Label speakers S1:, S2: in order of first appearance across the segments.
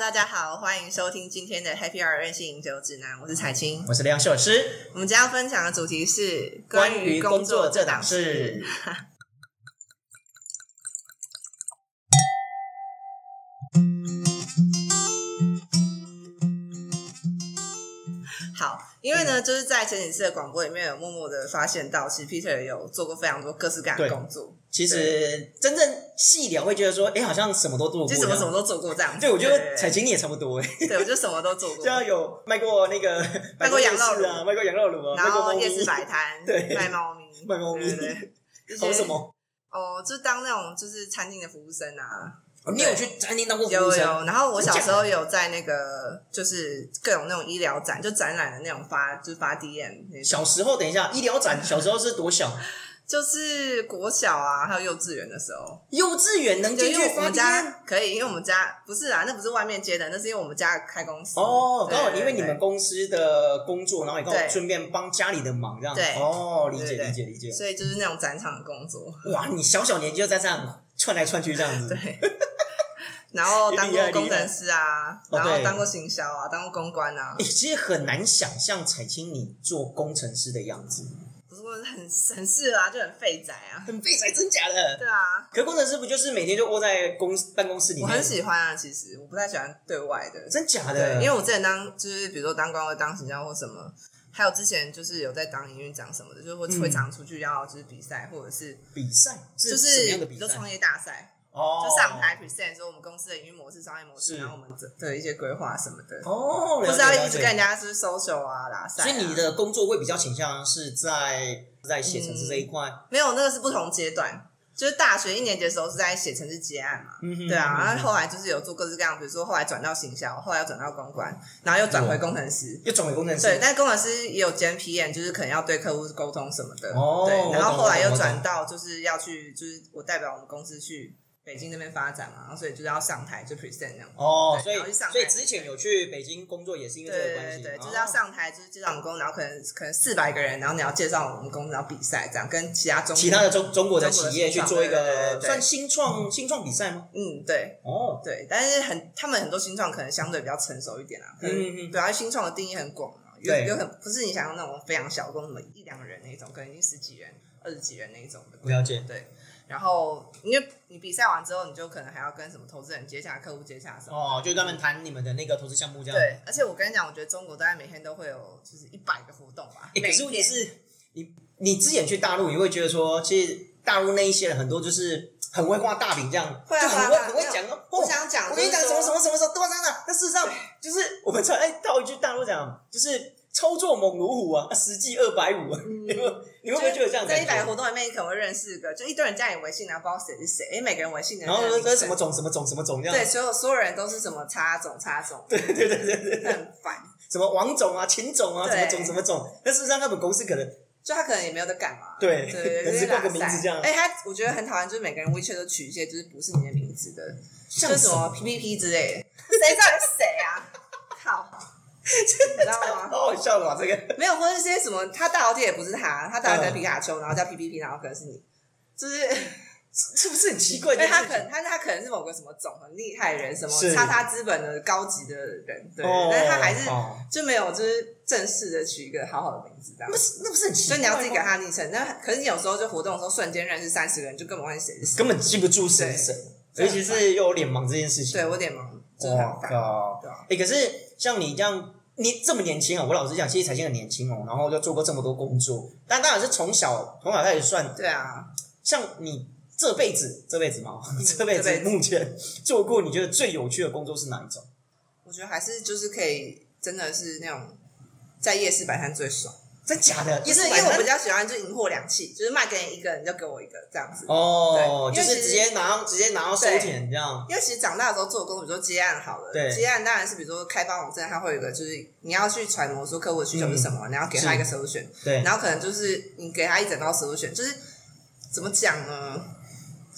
S1: 大家好，欢迎收听今天的 Happy Hour 任性饮酒指南，我是彩青。
S2: 我是梁秀诗，
S1: 我们今天要分享的主题是
S2: 关于工作这档。事，
S1: 好，因为呢，就是在前几次的广播里面，有默默的发现到，其实 Peter 有做过非常多各式各样的
S2: 对
S1: 工作，
S2: 其实真正细聊会觉得说，哎，好像什么都做过，
S1: 就什么什么。都做过这样。
S2: 对，我觉
S1: 对
S2: 得彩琴你也差不多哎，
S1: 对，我就什么都做过
S2: 就，要有卖过那个
S1: 卖过羊肉
S2: 夜市啊，卖过羊肉炉啊，
S1: 然
S2: 卖过
S1: 后
S2: 猫咪
S1: 夜市摆摊，
S2: 对
S1: 卖猫咪，
S2: 卖猫咪
S1: 对对对，这些
S2: 好什？么？
S1: 哦，就当那种就是餐厅的服务生啊，
S2: 哦你有去餐厅当过服务
S1: 有
S2: 生？
S1: 有，然后我小时候有在那个就是各种那种医疗展，就展览的那种发，就是发 DM 那种，
S2: 小时候，等一下，医疗展，小时候是多小？
S1: 就是国小啊，还有幼稚园的时候，
S2: 幼稚园能
S1: 对
S2: 进
S1: 因为
S2: 去
S1: 我
S2: 发
S1: 们
S2: 癫？
S1: 家可以，因为我们家不是啊，那不是外面接的，那是因为我们家开公司
S2: 哦，
S1: 对
S2: 刚好因为
S1: 对
S2: 你们
S1: 对
S2: 公司的工作，然后也刚好
S1: 对
S2: 顺便帮家里的忙，这样
S1: 对
S2: 哦，理
S1: 对
S2: 解
S1: 对
S2: 理解理解。
S1: 所以就是那种展场的工作，
S2: 哇，你小小年纪就在这样窜来窜去这样子，
S1: 对。然后 当
S2: 厉害
S1: 过工
S2: 厉害
S1: 程师啊，
S2: 哦
S1: 然后
S2: 对
S1: 当过行销啊，当过公关啊，
S2: 欸其实很难想象彩青你做工程师的样子，
S1: 不是很很适合啊，就很废宅啊，
S2: 很废才真假的。
S1: 对啊，
S2: 可工程师不就是每天就窝在公办公室里
S1: 我
S2: 面？
S1: 很喜欢啊，其实我不太喜欢对外的，
S2: 真假
S1: 对，
S2: 的，
S1: 因为我之前当就是比如说当官或当行销或什么，还有之前就是有在当营运长什么的，就是会
S2: 嗯
S1: 会常出去要就是比赛或者是
S2: 比赛是
S1: 就
S2: 什么
S1: 是
S2: 样的
S1: 比
S2: 比
S1: 如说
S2: 赛？
S1: 创业大赛，
S2: 哦，
S1: 就上台 present 说我们公司的营运模式、商业模式，
S2: 是
S1: 然后我们的一些规划什么的，
S2: 哦，
S1: 或
S2: 了
S1: 是
S2: 解
S1: 要
S2: 了
S1: 一直
S2: 解
S1: 跟人家就是 social 啊、拉赛啊。
S2: 所以你的工作会比较倾向是在在写程式这一块，
S1: 没有那个是不同阶段，就是大学一年级的时候是在写城市结案嘛，
S2: 嗯哼
S1: 对啊，
S2: 嗯哼
S1: 然后后来就是有做各式各样，比如说后来转到行销，后来又转到公关，然后又
S2: 哦
S1: 转回工程师。
S2: 又转为工程
S1: 对，
S2: 师，
S1: 但工程师也有兼 PM，就是可能要对客户沟通什么的。
S2: 哦
S1: 对，然
S2: 我
S1: 后
S2: 懂
S1: 后来
S2: 我懂
S1: 又
S2: 我懂
S1: 转到就是要去，就是我代表我们公司去北京那边发展嘛，然后所以就是要上台就 present 那样。
S2: 哦，
S1: 对
S2: 所以
S1: 然后就上台
S2: 所以之前有去北京工作也是因为
S1: 对
S2: 这个
S1: 对
S2: 关系，
S1: 对对，
S2: 哦
S1: 就是要上台，就是介绍我们公司，然后可能可能四百个人，然后你要介绍我们公司，然后比赛这样，跟其他中
S2: 其他的中中国的
S1: 中国的
S2: 企业去
S1: 新创
S2: 做一
S1: 对对对
S2: 个
S1: 对
S2: 算新创新创比赛吗？
S1: 嗯对，
S2: 哦，
S1: 对，但是很他们很多新创可能相对比较成熟一点啊，可能
S2: 嗯嗯嗯
S1: 对啊，新创的定义很广嘛，有
S2: 对
S1: 有很不是你想要那种非常小的公司，什么一两个人那种，可能已经十几人、二十几人那一种的，
S2: 了解。
S1: 对。然后因为你比赛完之后，你就可能还要跟什么投资人接洽、客户接洽什么。
S2: 哦，就专门谈你们的那个投资项目这样。
S1: 对，而且我跟你讲，我觉得中国大概每天都会有就是一百个活动吧。
S2: 欸可是
S1: 每
S2: 问题
S1: 天
S2: 是，你你之前去大陆，你会觉得说，其实大陆那一些人很多就是很会画大饼这样，
S1: 会啊
S2: 就很
S1: 会
S2: 会
S1: 啊
S2: 很
S1: 会啊
S2: 会讲哦。
S1: 我
S2: 哦
S1: 想讲，
S2: 我跟你讲
S1: 就是
S2: 什
S1: 说
S2: 么什么什么什么多张的，但事实上就是我们常爱套一句大陆讲，就是操作猛如虎啊，实际二百五。你会你会不会觉得这样的
S1: 在
S2: 感
S1: 一百个
S2: 觉？
S1: 活动里面，你可能会认识个，就一堆人加你微信，然后不知道谁是谁，哎，每个人微信的
S2: 然后
S1: 那个
S2: 说这
S1: 名
S2: 是什
S1: 称
S2: 么啊种什么种什么种这
S1: 对，
S2: 样，
S1: 所有所有人都是什么插种插种，对对对对对，很烦。
S2: 什么王总啊、秦总啊，什
S1: 对
S2: 么种什么种。但事实上，他们公司可能
S1: 就他可能也没有在干嘛，
S2: 对
S1: 对对，
S2: 可能是
S1: 挂
S2: 挂个名字这样
S1: 哎，他我觉得很讨厌，就是每个人 WeChat 都取一些就是不是你的名字的，
S2: 像
S1: 就什么 PPP 之类的，谁知道你是谁啊？ 靠，你知道
S2: 好
S1: 吗？
S2: 好笑了吧？这个
S1: 没有，或者是些什么，他大头贴也不是他，他大头贴
S2: 嗯
S1: 皮卡丘，然后叫 PPP，然后可能是你，就是，
S2: 是不是很奇怪？
S1: 因为他可能他他可能是某个什么总很厉害的人，什么
S2: 是
S1: 叉叉资本的高级的人，对，
S2: 哦
S1: 但是他还是
S2: 哦
S1: 就没有就是正式的取一个好好的名字这样
S2: 不。是，那不是很奇
S1: 所
S2: 怪
S1: 以
S2: 吗？
S1: 你要自己给他昵称，那可是你有时候就活动的时候瞬间认识三十个人，就根本忘记谁是谁。
S2: 根本记不住谁是谁，
S1: 对
S2: 尤其是又有脸盲这件事情。
S1: 对我有点忙，就是很
S2: 哇
S1: 烦。
S2: 靠！
S1: 对啊
S2: 哎、可是像你这样，你这么年轻啊、我老实讲，其实才现很年轻哦、然后就做过这么多工作，但当然是从小从小开始算，
S1: 对啊，
S2: 像你这辈子这辈子嘛，嗯这辈
S1: 这辈
S2: 子
S1: 子
S2: 目前 做过你觉得最有趣的工作是哪一种？
S1: 我觉得还是就是可以，真的是那种在夜市摆摊最爽。
S2: 真假的？
S1: 不是因
S2: 晚
S1: 为
S2: 上
S1: 我比较喜欢就赢货两气，就是卖给你一个，你就给我一个这样子。
S2: 哦，
S1: 对
S2: 就
S1: 因为其
S2: 是
S1: 实
S2: 直接拿到直接拿到收钱这样。
S1: 因为其实长大的时候做工，比如说接案好了，
S2: 对
S1: 接案当然是比如说开发网站，它会有一个就是你要去揣摩说客户的需求是什么，然后给他一个 solution，
S2: 嗯对，
S1: 然后可能就是你给他一整套 solution，就是怎么讲呢？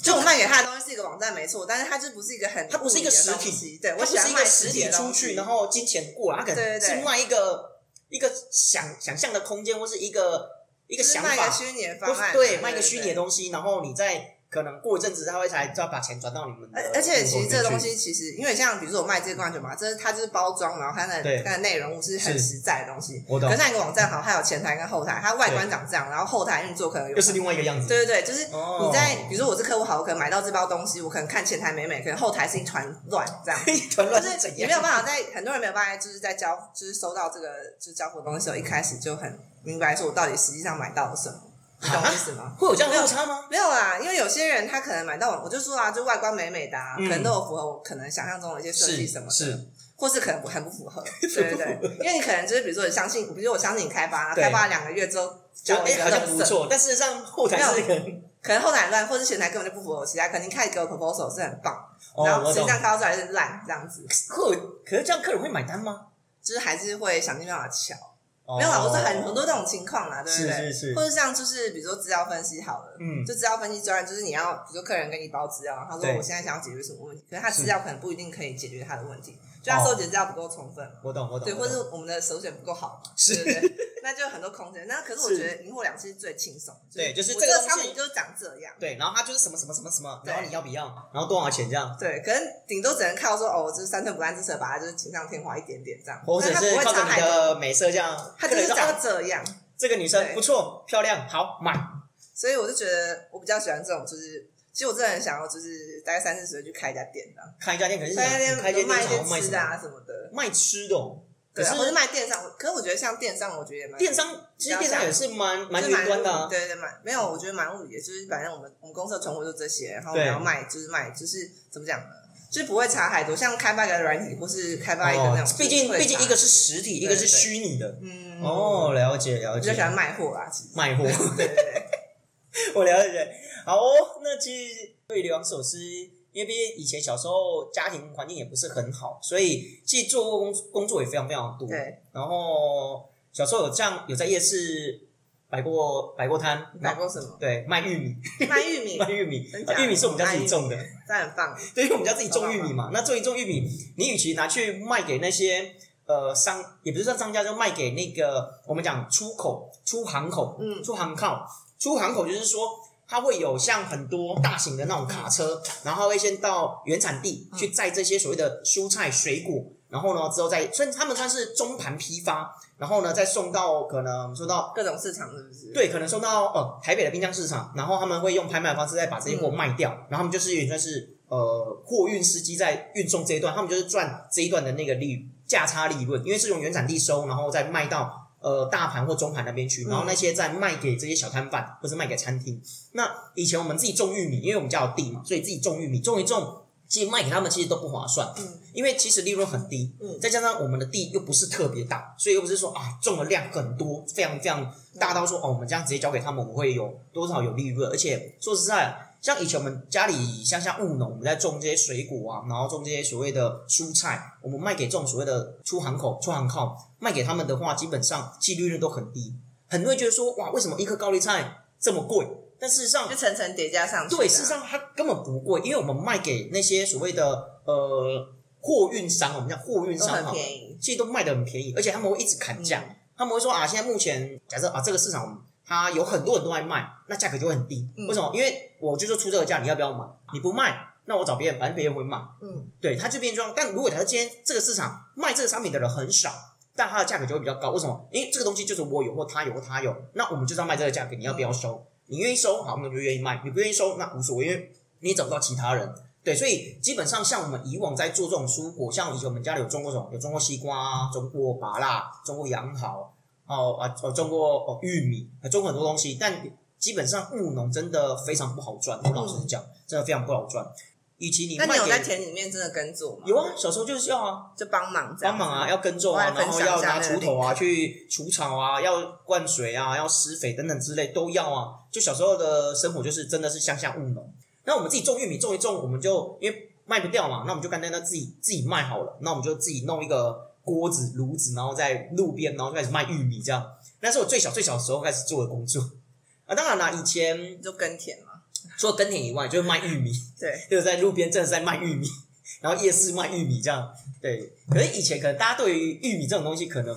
S1: 就我卖给他的东西是一个网站没错，但是它就不是一个很
S2: 它不是一个实
S1: 物理的东西
S2: 体，
S1: 对我
S2: 它
S1: 喜
S2: 不是
S1: 欢
S2: 一
S1: 卖
S2: 个实
S1: 体
S2: 体
S1: 的东
S2: 出
S1: 西
S2: 去，然后金钱过来，它可
S1: 对对
S2: 能
S1: 对
S2: 是卖一个一个想想象的空间，或是一个一
S1: 一
S2: 个想
S1: 卖一个
S2: 法，
S1: 虚拟的
S2: 或
S1: 方
S2: 是
S1: 案，
S2: 对，卖一个虚拟的
S1: 的
S2: 东西，然后你再可可能过一阵子他会才就要把钱转到你们的
S1: 而而且
S2: 户头
S1: 其实
S2: 里
S1: 这
S2: 面
S1: 东
S2: 去
S1: 西其实，因为像比如说我卖这个罐酒嘛，这是它就是包装，然后它的
S2: 对
S1: 它的内容物是很
S2: 是
S1: 实在的东西。
S2: 我懂
S1: 可是像一个网站好，它有前台跟后台，它外观长这样，然后后台运作可能有
S2: 又。是另外一个样子。
S1: 对对对，就是
S2: 哦
S1: 你在、比如说我是客户好，我可能买到这包东西，我可能看前台美美，可能后台是一团乱这 样。
S2: 一团乱
S1: 就是
S2: 怎
S1: 你没有
S2: 样？
S1: 办法在很多人没有办法就是在交就是收到这个就是交付的东西的时候，一开始就很明白说我到底实际上买到了什么，你懂我意思吗？
S2: 会有这样的落差吗？
S1: 没有啦，因为有些人他可能买到我，我就说啊，就外观美美的、啊，
S2: 嗯
S1: 可能都有符合我可能想象中的一些设计什么的，
S2: 是
S1: 或是可能很不符 合，对对对，因为你可能就是比如说你相信，比如说我相信你开发，然后
S2: 对
S1: 开发两个月之后，
S2: 就
S1: 交我一
S2: 哎、
S1: 个
S2: 好像
S1: 垃圾
S2: 不，错，但事实上后台是一个人
S1: 可能后台很乱，或是前台根本就不符合我期待，可能一开始给我 proposal 是很棒，
S2: 哦，
S1: 然后
S2: 我
S1: 实际
S2: 懂。
S1: 上开发出来是烂这样子，
S2: 客人可是这样客人会买单吗？
S1: 就是还是会想尽办法瞧。
S2: 哦
S1: 没有啊啦，我是很很多这种情况啦，对不
S2: 是
S1: 对？
S2: 是是
S1: 或，者像就是比如说资料分析好了，
S2: 嗯
S1: 就资料分析专案，就是你要比如说客人给你包资料，然后他说
S2: 对
S1: 我现在想要解决什么问题，可是他资料可能不一定可以解决他的问题，就他
S2: 哦
S1: 收集的资料不够充分嘛，
S2: 我懂我懂。
S1: 对，
S2: 我
S1: 或
S2: 懂
S1: 者我们的首选不够好嘛，
S2: 是
S1: 对不 对？那就有很多空间。那可是我
S2: 是
S1: 觉得赢货两次是最轻松，
S2: 对就是
S1: 我
S2: 这
S1: 这
S2: 个
S1: 个
S2: 东
S1: 商
S2: 西
S1: 品就长这样。
S2: 对，然后他就是什么什么什么什么，
S1: 对
S2: 然后你要不要，然后多少钱这样，
S1: 对，可能顶多只能靠说哦，就是三寸不烂之舌，把它就是锦上添花一点点这样，
S2: 或者
S1: 但它
S2: 是
S1: 不会
S2: 靠
S1: 差
S2: 着你
S1: 太多，
S2: 的美色这样，
S1: 它
S2: 客
S1: 就
S2: 人
S1: 是
S2: 说
S1: 要
S2: 啊
S1: 这样。
S2: 这个女生
S1: 对
S2: 不错漂亮，好买。
S1: 所以我就觉得我比较喜欢这种，就是其实我真的很想要，就是大概三四十岁去开一家店的，
S2: 开一家店可能是想
S1: 开一
S2: 开
S1: 家
S2: 一家
S1: 店
S2: 店
S1: 卖一
S2: 想要
S1: 些
S2: 卖什
S1: 吃的
S2: 么？
S1: 啊什么的，
S2: 卖吃的哦，可
S1: 对啊，
S2: 是
S1: 或者卖电商。可是我觉得像电商，我觉得也蛮
S2: 电商其实电商也是蛮蛮
S1: 就
S2: 云端的啊
S1: 物理，对对对，蛮没有，我觉得蛮物理的，就是反正我们我们公司的存活就这些，然后我们
S2: 对
S1: 要卖就是卖，就是怎么讲呢？就是不会差太多，像开发一个软体或是开发一个那种
S2: 哦，，毕
S1: 就
S2: 竟
S1: 是会
S2: 毕竟
S1: 差
S2: 一个是实体，一个是虚拟的。
S1: 嗯，
S2: 哦，了解了
S1: 我比较喜
S2: 解，
S1: 欢卖货啦，其 实
S2: 卖货，
S1: 对对对，
S2: 我了解。好哦，那其实对流浪首诗，因为毕竟以前小时候家庭环境也不是很好，所以其实做过工工作也非常非常多。
S1: 对，
S2: 然后小时候有这样有在夜市摆过摆过摊，
S1: 买过什么？
S2: 对卖玉米，
S1: 卖玉米，
S2: 卖玉米
S1: 真，假
S2: 啊玉米是我们家自己种的，
S1: 这很棒。
S2: 对，因为我们家自己种玉米嘛。那自己种玉米，你与其拿去卖给那些呃商，也不是算商家，就卖给那个我们讲出口、出航口、
S1: 嗯
S2: 出航靠、出航口，就是说它会有像很多大型的那种卡车，然后会先到原产地去载这些所谓的蔬菜、水果，然后呢之后再，所以他们算是中盘批发，然后呢再送到可能送到
S1: 各种市场是不是？，
S2: 对，可能送到呃台北的滨江市场，然后他们会用拍卖的方式再把这些货卖掉，然后他们就是也算是呃货运司机在运送这一段，他们就是赚这一段的那个利价差利润，因为是从原产地收，然后再卖到呃大盘或中盘那边去，然后那些再卖给这些小摊贩或者卖给餐厅。那以前我们自己种玉米，因为我们家有地嘛，所以自己种玉米，种一种。其实卖给他们其实都不划算，
S1: 嗯
S2: 因为其实利润很低，
S1: 嗯
S2: 再加上我们的地又不是特别大，所以又不是说啊种的量很多，非常非常大到说哦，我们这样直接交给他们，我们会有多少有利润？而且说实在，像以前我们家里乡下务农，我们在种这些水果啊，然后种这些所谓的蔬菜，我们卖给这种所谓的出行口、出行靠，卖给他们的话，基本上其实利润都很低。很多人觉得说哇，为什么一颗高丽菜这么贵？但事实上
S1: 就，层层叠加上去的啊。
S2: 对，事实上它根本不贵，因为我们卖给那些所谓的呃货运商，我们讲货运
S1: 都
S2: 商
S1: 很
S2: 好了
S1: 便宜。
S2: 其实都卖的很便宜，而且他们会一直砍价，
S1: 嗯
S2: 他们会说啊，现在目前假设啊这个市场它有很多人都在卖，那价格就会很低。
S1: 嗯
S2: 为什么？因为我就说出这个价，你要不要买？你不卖，那我找别人，反正别人会卖。
S1: 嗯，
S2: 对，它就变成这样。但如果它今天这个市场卖这个商品的人很少，但它的价格就会比较高。为什么？因为这个东西就是我有或他有或他有，那我们就是要卖这个价格，你要不要收？你愿意收，好，那我就愿意卖；你不愿意收，那无所谓，因为你也找不到其他人。对，所以基本上像我们以往在做这种蔬果，像以前我们家里有种过什么，有种过西瓜啊，种过芭辣，种过杨桃，哦啊，哦种过哦玉米，还种过很多东西。但基本上务农真的非常不好赚，我老实讲，真的非常不好赚。与其你
S1: 那
S2: 卖
S1: 你有
S2: 给
S1: 在田里面真的耕作吗？
S2: 有啊，，小时候就是要啊，
S1: 就帮忙这样
S2: 帮忙啊，。要耕种
S1: 我
S2: 啊
S1: 来，分
S2: 然后
S1: 享一
S2: 要
S1: 下
S2: 拿
S1: 这个
S2: 锄头啊，去除草啊，要灌水啊，要施肥等等之类都要啊。就小时候的生活就是真的是乡下务农。那我们自己种玉米种一种，我们就因为卖不掉嘛，那我们就干脆那自己自己卖好了。那我们就自己弄一个锅子、炉子，然后在路边，然后开始卖玉米这样。那是我最小最小的时候开始做的工作啊。当然啦，以前
S1: 你就耕田嘛，
S2: 除了耕田以外，就是卖玉米。
S1: 对，
S2: 就是在路边真的是在卖玉米，然后夜市卖玉米这样。对，可是以前可能大家对于玉米这种东西可能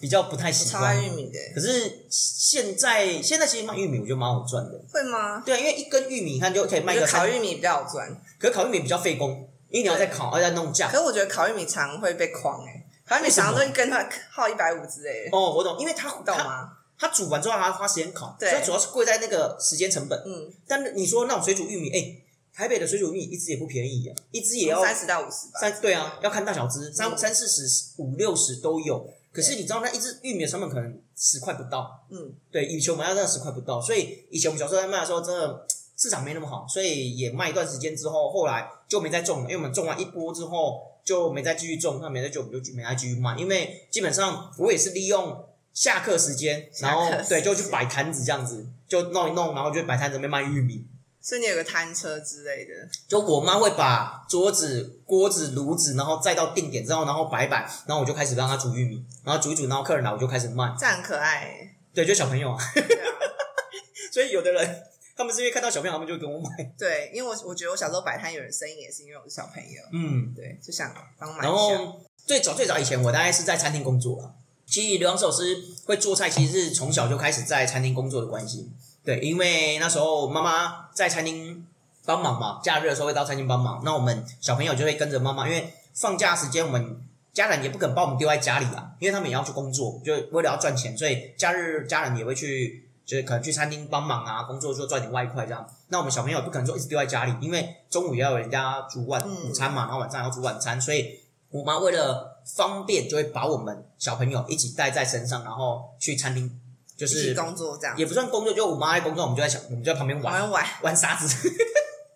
S2: 比较不太
S1: 我
S2: 习
S1: 超爱
S2: 惯。
S1: 玉米的欸，
S2: 可是现在现在其实卖玉米，我觉得蛮好赚的。
S1: 会吗？
S2: 对啊，因为一根玉米你看就可以
S1: 我
S2: 卖
S1: 觉
S2: 个
S1: 得烤
S2: 三，
S1: 玉米比较好赚，
S2: 可是烤玉米比较费工，因为你要再烤，要再弄酱
S1: 可。是我觉得烤玉米常会被框哎、烤玉米常都一根它耗一百五欸之类的，
S2: 哦，我懂，因为它
S1: 你懂
S2: 它
S1: 吗？
S2: 它煮完之后还要花时间烤，所
S1: 对
S2: 以主要是贵在那个时间成本。
S1: 嗯，
S2: 但你说那种水煮玉米，哎、台北的水煮玉米一只也不便宜啊，一只也要
S1: 三十到五十吧。
S2: 三对啊，要看大小只，三
S1: 嗯
S2: 三四十、五六十都有。可是你知道那一只玉米的成本可能十块不到，
S1: 嗯，
S2: 对，以前我们要那十块不到，所以以前我们小时候在卖的时候，真的市场没那么好，所以也卖一段时间之后，后来就没再种了，因为我们种完一波之后就没再继续种，那没再就我们就没再继续卖，因为基本上我也是利用下课时间，然后
S1: 下课时
S2: 对
S1: 间
S2: 就去摆摊子这样子，就弄一弄，然后就摆摊子那边卖玉米，
S1: 所以你有个摊车之类的，
S2: 就我妈会把桌子、锅子、炉子，然后再到定点之后，然后摆一摆，然后我就开始让她煮玉米，然后煮一煮，然后客人来我就开始卖。
S1: 这样很可爱、欸。
S2: 对，就小朋友啊，
S1: 对啊，
S2: 所以有的人他们是因为看到小朋友，他们就会跟我买。
S1: 对，因为我我觉得我小时候摆摊有人生意也是因为我是小朋友，
S2: 嗯，
S1: 对，就想帮忙
S2: 然
S1: 一下。
S2: 后最早最早以前，我大概是在餐厅工作了。其实刘洋寿司会做菜，其实是从小就开始在餐厅工作的关系。对，因为那时候妈妈在餐厅帮忙嘛，假日的时候会到餐厅帮忙。那我们小朋友就会跟着妈妈，因为放假时间我们家人也不肯把我们丢在家里啊，因为他们也要去工作，就为了要赚钱，所以假日家人也会去，就是可能去餐厅帮忙啊，工作就赚点外快这样。那我们小朋友也不可能说一直丢在家里，因为中午也要有人家煮晚
S1: 嗯
S2: 午餐嘛，然后晚上也要煮晚餐，所以我妈为了方便，就会把我们小朋友一起带在身上，然后去餐厅，就
S1: 一起
S2: 是
S1: 工作这样，
S2: 也不算工作，就我妈在工作，我们就在想，我们就在旁边玩
S1: 玩玩，
S2: 玩沙子。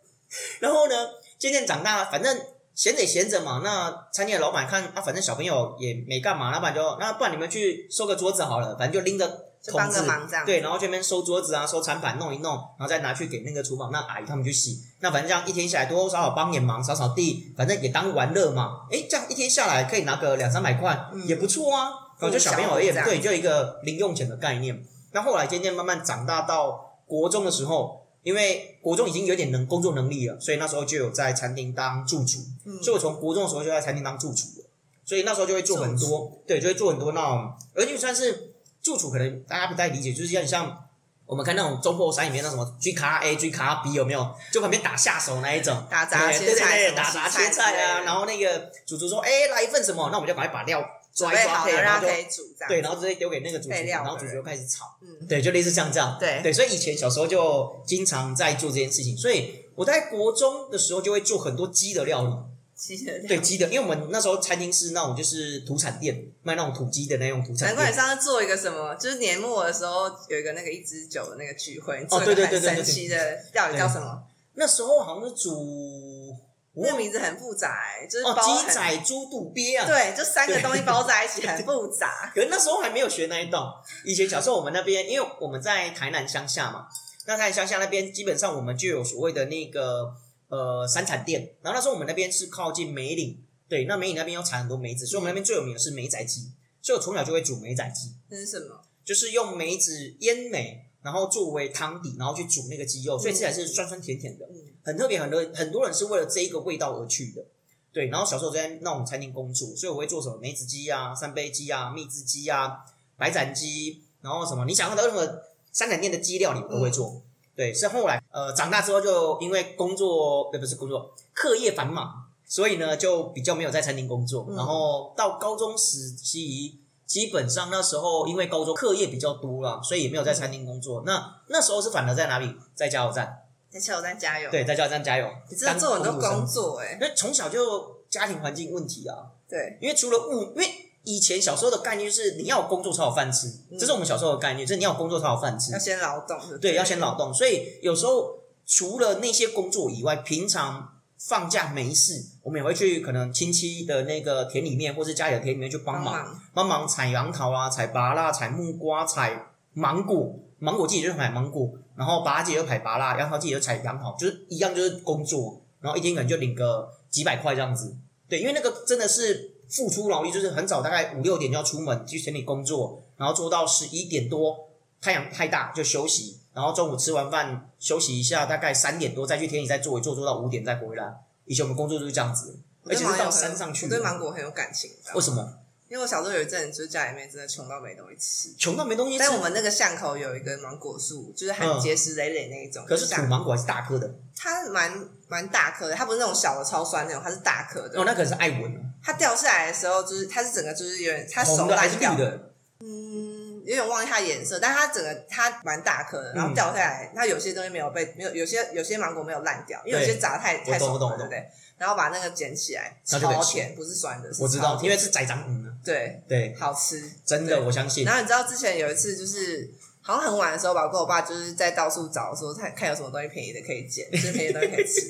S2: 然后呢，渐渐长大，反正闲着也闲着嘛。那餐厅的老板看啊，反正小朋友也没干嘛，老板就那不然你们去收个桌子好了，反正就拎着
S1: 就
S2: 桶
S1: 帮个
S2: 子，
S1: 忙这样。
S2: 对，然后这边收桌子啊，收餐盘弄一弄，然后再拿去给那个厨房那阿姨他们去洗。那反正这样一天下来，多多少少帮点忙，扫扫地，反正也当玩乐嘛。诶，这样一天下来可以拿个两三百块，
S1: 嗯
S2: 也不错啊。我觉得小朋友也对，就一个零用钱的概念。那后来渐渐慢慢长大到国中的时候，因为国中已经有点能工作能力了，所以那时候就有在餐厅当助厨。
S1: 嗯，
S2: 所以我从国中的时候就在餐厅当助厨了，所以那时候就会做很
S1: 助
S2: 多，对，就会做很多那种，而且算是助厨，可能大家不太理解，就是有点像我们看那种中破山里面那什么追卡 A 追卡 B 有没有，就旁边打下手那一种。
S1: 打杂
S2: 对
S1: 切
S2: 对对
S1: 菜什
S2: 对，
S1: 么
S2: 打杂
S1: 洗菜
S2: 切菜
S1: 之类
S2: 啊，
S1: 的
S2: 然后那个主厨说：“哎，来一份什么？”那我们就赶快把料抓一
S1: 准备
S2: 抓
S1: 好
S2: 配，啊
S1: 了
S2: 然
S1: 让它
S2: 后就
S1: 可以煮这样。
S2: 对，然后直接丢给那个主厨，
S1: 配料
S2: 然
S1: 的
S2: 后主厨就开始炒。
S1: 嗯，
S2: 对，就类似像这样。
S1: 对
S2: 对，所以以前小时候就经常在做这件事情，所以我在国中的时候就会做很多鸡的料理。
S1: 其实
S2: 对，鸡的，因为我们那时候餐厅是那种就是土产店，卖那种土鸡的那种土产
S1: 难怪
S2: 店。
S1: 你上次做一个什么，就是年末的时候有一个那个一支酒的那个聚会，你做一
S2: 对哦对
S1: 个
S2: 对
S1: 很
S2: 对
S1: 神
S2: 对
S1: 奇的料理叫什么？
S2: 那时候好像是煮
S1: 那个名字很复杂、欸，就是
S2: 哦
S1: 包很、
S2: 鸡仔猪肚鳖啊。
S1: 对，就三个东西包在一起，很复杂。
S2: 可是那时候还没有学那一道。以前小时候我们那边，因为我们在台南乡下嘛，那台南乡下那边基本上我们就有所谓的那个呃山产店，然后那时候我们那边是靠近梅岭，对，那梅岭那边要产很多梅子，所以我们那边最有名的是梅仔鸡，所以我从小就会煮梅仔鸡。
S1: 那是什么？
S2: 就是用梅子腌梅，然后作为汤底，然后去煮那个鸡肉，所以吃起来是酸酸甜甜的，
S1: 嗯，
S2: 很特别。很多很多人是为了这一个味道而去的。对，然后小时候在那种餐厅工作，所以我会做什么梅子鸡啊、三杯鸡啊、蜜汁鸡啊、白斩鸡，然后什么你想要到任何三产店的鸡料理我都会做。
S1: 嗯
S2: 对，是后来呃长大之后就因为工作呃不是工作
S1: 嗯
S2: 课业繁忙，所以呢就比较没有在餐厅工作。
S1: 嗯
S2: 然后到高中时期，基本上那时候因为高中课业比较多啦，所以也没有在餐厅工作。那那时候是反而在哪里？在加油站，
S1: 而且我在加油，
S2: 对，在加油站加油。
S1: 你真的做很多
S2: 当
S1: 工
S2: 工读
S1: 作哎、
S2: 生，那从小就家庭环境问题啊，
S1: 对，
S2: 因为除了物，因为以前小时候的概念就是你要有工作才有饭吃，
S1: 嗯
S2: 这是我们小时候的概念，就是你要有工作才有饭吃
S1: 要。先劳动的，
S2: 嗯对，要先劳动，所以有时候除了那些工作以外，平常放假没事，我们也会去可能亲戚的那个田里面，或是家里的田里面去帮
S1: 帮
S2: 忙，
S1: 忙。
S2: 帮忙采杨桃啦、采芭啦、采木瓜、采芒果。芒果季节就采芒果，然后芭季就采芭啦，杨桃季节就采杨桃，就是一样就是工作，然后一天可能就领个几百块这样子。对，因为那个真的是付出劳力，就是很早，大概五六点就要出门去田里工作，然后做到十一点多，太阳太大就休息，然后中午吃完饭休息一下，大概三点多再去田里再做一做，做到五点再回来。以前我们工作就是这样子，
S1: 我
S2: 而
S1: 对
S2: 且
S1: 芒
S2: 是
S1: 果
S2: 到
S1: 很
S2: 山上去
S1: 我
S2: 的
S1: 对。芒果很有感情，你知道吗
S2: 为什么？
S1: 因为我小时候有一阵子，就家里面真的穷到没东西吃。
S2: 穷到没东西吃
S1: 但。我们那个巷口有一个芒果树，就是很结实累累那一种。
S2: 嗯可是
S1: 就
S2: 土
S1: 像
S2: 芒果还是大颗的，
S1: 它蛮蛮大颗的，它不是那种小的超酸那种，它是大颗的。
S2: 哦，那可是艾文哦，
S1: 它掉下来的时候，就是它是整个就是有点，它手
S2: 红的还
S1: 烂
S2: 是绿
S1: 掉，
S2: 的？
S1: 嗯，有点忘记它颜色，但它整个它蛮大颗的，然后
S2: 嗯
S1: 掉下来，它有些东西没有被没有，有些有些芒果没有烂掉，因为有
S2: 对
S1: 些砸太太
S2: 我懂
S1: 熟
S2: 我懂
S1: 了，对
S2: 我懂
S1: 不对？然后把那个捡起来，
S2: 那就可以
S1: 超
S2: 吃
S1: 甜，不是酸的，是
S2: 我知
S1: 超
S2: 道，因
S1: 甜
S2: 为是仔长嗯啊，
S1: 对
S2: 对，
S1: 好吃，
S2: 真的
S1: 对
S2: 我相信。
S1: 然后你知道之前有一次就是。好像很晚的时候吧，我跟我爸就是在到处找说看看有什么东西便宜的可以捡，就是便宜的东西可以吃。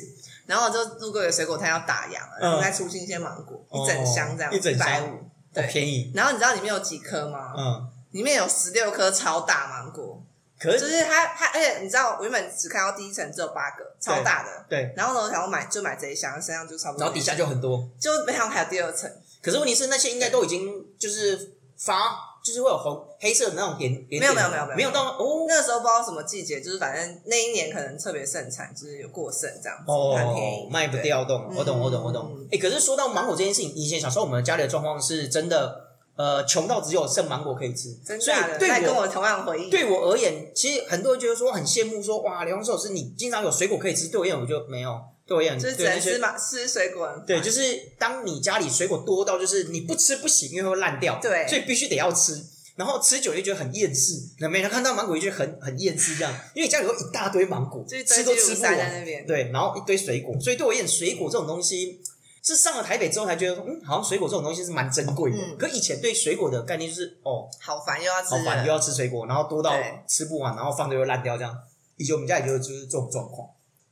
S1: 然后我就路过有水果摊要打烊了，然后
S2: 嗯
S1: 在出新鲜芒果，
S2: 哦
S1: 一整箱这样，
S2: 一整箱
S1: 百五。对
S2: 好便宜，
S1: 然后你知道里面有几颗吗？
S2: 嗯，
S1: 里面有十六颗超大芒果，
S2: 可
S1: 就是是它它，而且你知道我原本只看到第一层只有八个，超大的。
S2: 对，
S1: 然后呢，我想要买就买这一箱，身上就差不多。
S2: 然后底下就很多，
S1: 就没想到还有第二层，
S2: 可是问题是那些应该都已经就是发，就是会有红黑色的那种点点点，
S1: 没有没有没有没有
S2: 没有到哦
S1: 那个时候不知道什么季节，就是反正那一年可能特别盛产，就是有过剩这样子，很便
S2: 哦
S1: 宜，，
S2: 卖不
S1: 对。
S2: 掉，懂，
S1: 嗯
S2: 我懂我懂我懂。哎，可是说到芒果这件事情，以前小时候我们家里的状况是真的，呃，穷到只有剩芒果可以吃，
S1: 真
S2: 所以
S1: 假的？那
S2: 对
S1: 你跟我同样回忆。
S2: 对我而言，其实很多人觉得说很羡慕说，哇，刘洪寿是你经常有水果可以吃，对我而言我就没有，对我而言
S1: 就是只
S2: 对那
S1: 能
S2: 些
S1: 吃嘛，吃水果很烦。
S2: 对，就是当你家里水果多到就是你不吃不行，因为会烂掉，
S1: 对
S2: 所以必须得要吃。然后吃久就觉得很厌世，那每天看到芒果就觉得很很厌世这样，因为家里有一大堆芒果，
S1: 就是
S2: 吃都吃不
S1: 在
S2: 完，
S1: 那边。
S2: 对，然后一堆水果，所以对我而言，水果这种东西是上了台北之后才觉得说，嗯，好像水果这种东西是蛮珍贵的。
S1: 嗯
S2: 可以前对水果的概念就是，哦，
S1: 好烦，又要吃
S2: 好
S1: 了。
S2: 烦，又要吃水果，然后多到
S1: 对
S2: 吃不完，然后放着又烂掉这样。以前我们家也就就是这种状况。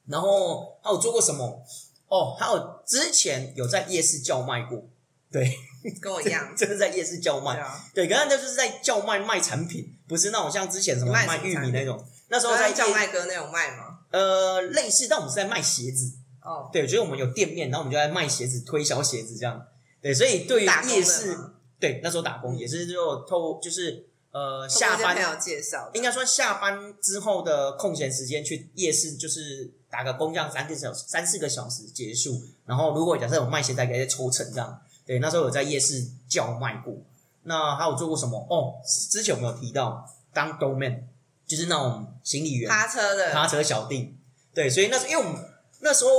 S2: 然后还有做过什么？哦，还有之前有在夜市叫卖过，
S1: 跟我一样。
S2: 真的在夜市叫
S1: 对
S2: 卖。
S1: 啊，
S2: 对，可是那就是在叫卖卖产品，不是那种像之前什么
S1: 卖什么
S2: 卖玉
S1: 产
S2: 米
S1: 品
S2: 那种。那时候
S1: 都
S2: 在
S1: 在
S2: 夜
S1: 叫卖哥那种卖吗？
S2: 呃类似，但我们是在卖鞋子。
S1: 哦，
S2: 对，就是我们有店面，然后我们就在卖鞋子，推销鞋子这样。对，所以对于
S1: 打工的
S2: 夜市，
S1: 吗
S2: 对那时候打工也是就透就是呃下
S1: 通过
S2: 班
S1: 这朋友介绍的，
S2: 应该说下班之后的空闲时间去夜市，就是打个工，这样三个小时、三四个小时结束。然后如果假设我卖鞋带，给再抽成这样。对，那时候有在夜市叫卖过。那还有做过什么？哦，之前我们有提到当 doorman，就是那种行李员、
S1: 趴车的，
S2: 趴车小弟。对，所以那时候因为我们那时候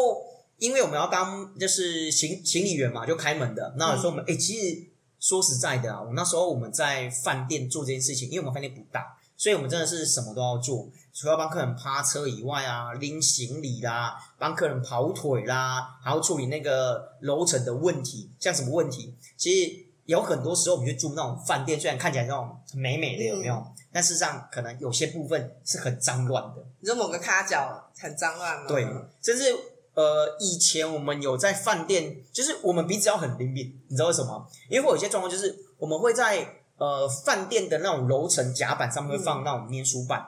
S2: 因为我们要当就是行行李员嘛，就开门的。那有时候我们哎、诶其实说实在的啊，我那时候我们在饭店做这件事情，因为我们饭店不大，所以我们真的是什么都要做，除了帮客人趴车以外啊，拎行李啦，帮客人跑腿啦，还要处理那个楼层的问题，像什么问题，其实。有很多时候，我们去住那种饭店，虽然看起来那种美美的，有没有？但事实上，可能有些部分是很脏乱的。
S1: 你说某个咖角很脏乱吗？
S2: 对，甚至呃，以前我们有在饭店，就是我们鼻子要很灵敏，你知道为什么吗？因为会有一些状况，就是我们会在呃饭店的那种楼层甲板上面
S1: 嗯
S2: 会放那种粘鼠板，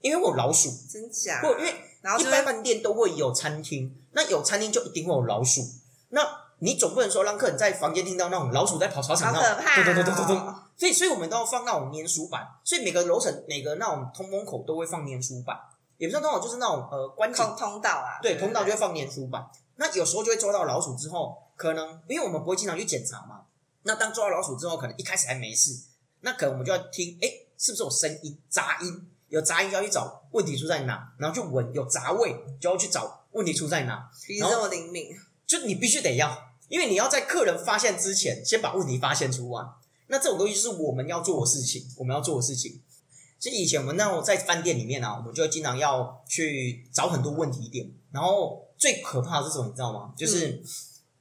S2: 因为会有老鼠，
S1: 真假？
S2: 或因为
S1: 然后
S2: 一
S1: 就
S2: 般
S1: 会
S2: 饭店都会有餐厅，那有餐厅就一定会有老鼠，那。你总不能说让客人在房间听到那种老鼠在跑操场
S1: 好
S2: 那
S1: 可
S2: 种
S1: 怕
S2: 咚咚咚咚咚咚
S1: 哦！
S2: 所以，所以我们都要放那种粘鼠板，所以每个楼层、每个那种通风口都会放粘鼠板，也不算通口，就是那种呃关紧
S1: 通通道啊，
S2: 对，
S1: 不
S2: 通道就会放粘鼠板。那有时候就会抓到老鼠之后，可能因为我们不会经常去检查嘛，那当抓到老鼠之后，可能一开始还没事，那可能我们就要听，哎，是不是有声音、杂音？有杂音就要去找问题出在哪，然后去闻有杂味，就要去找问题出在哪。
S1: 鼻子这么灵敏，
S2: 就你必须得要，因为你要在客人发现之前，先把问题发现出来。那这种东西就是我们要做的事情，我们要做的事情。所以以前我们那种在饭店里面啊，我们就经常要去找很多问题点。然后最可怕的是什么，你知道吗？就是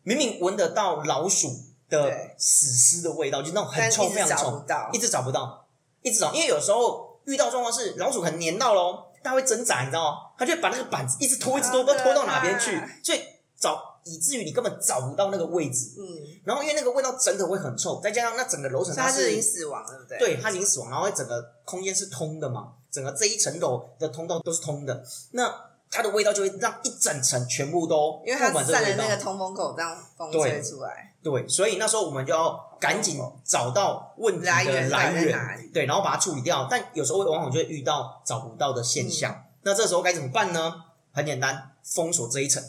S2: 明明闻得到老鼠的
S1: 嗯对
S2: 死尸的味道，就那种很
S1: 但是
S2: 臭、
S1: 一
S2: 非
S1: 直
S2: 常
S1: 找
S2: 臭
S1: 不，到
S2: 一，直找不到，一直找。因为有时候遇到状况是老鼠可能粘到喽，它会挣扎，你知道吗？它就会把那个板子一直拖，一直拖，
S1: 好
S2: 都
S1: 可
S2: 拖到哪边去
S1: 怕，
S2: 所以找以至于你根本找不到那个位置。
S1: 嗯，
S2: 然后因为那个味道真的会很臭，再加上那整个楼层
S1: 所以他
S2: 是
S1: 是已经死亡了，对不对？，
S2: 对，它已经死亡，然后整个空间是通的嘛，整个这一层楼的通道都是通的，那它的味道就会让一整层全部都
S1: 因为
S2: 布
S1: 他
S2: 满这
S1: 站
S2: 味
S1: 在
S2: 道。
S1: 那个通风口，这样风
S2: 对
S1: 吹出来，
S2: 对，所以那时候我们就要赶紧找到问题的来
S1: 来源到底在
S2: 源，
S1: 哪里
S2: 对，然后把它处理掉。但有时候往往就会遇到找不到的现象，
S1: 嗯
S2: 那这时候该怎么办呢？很简单，封锁这一层，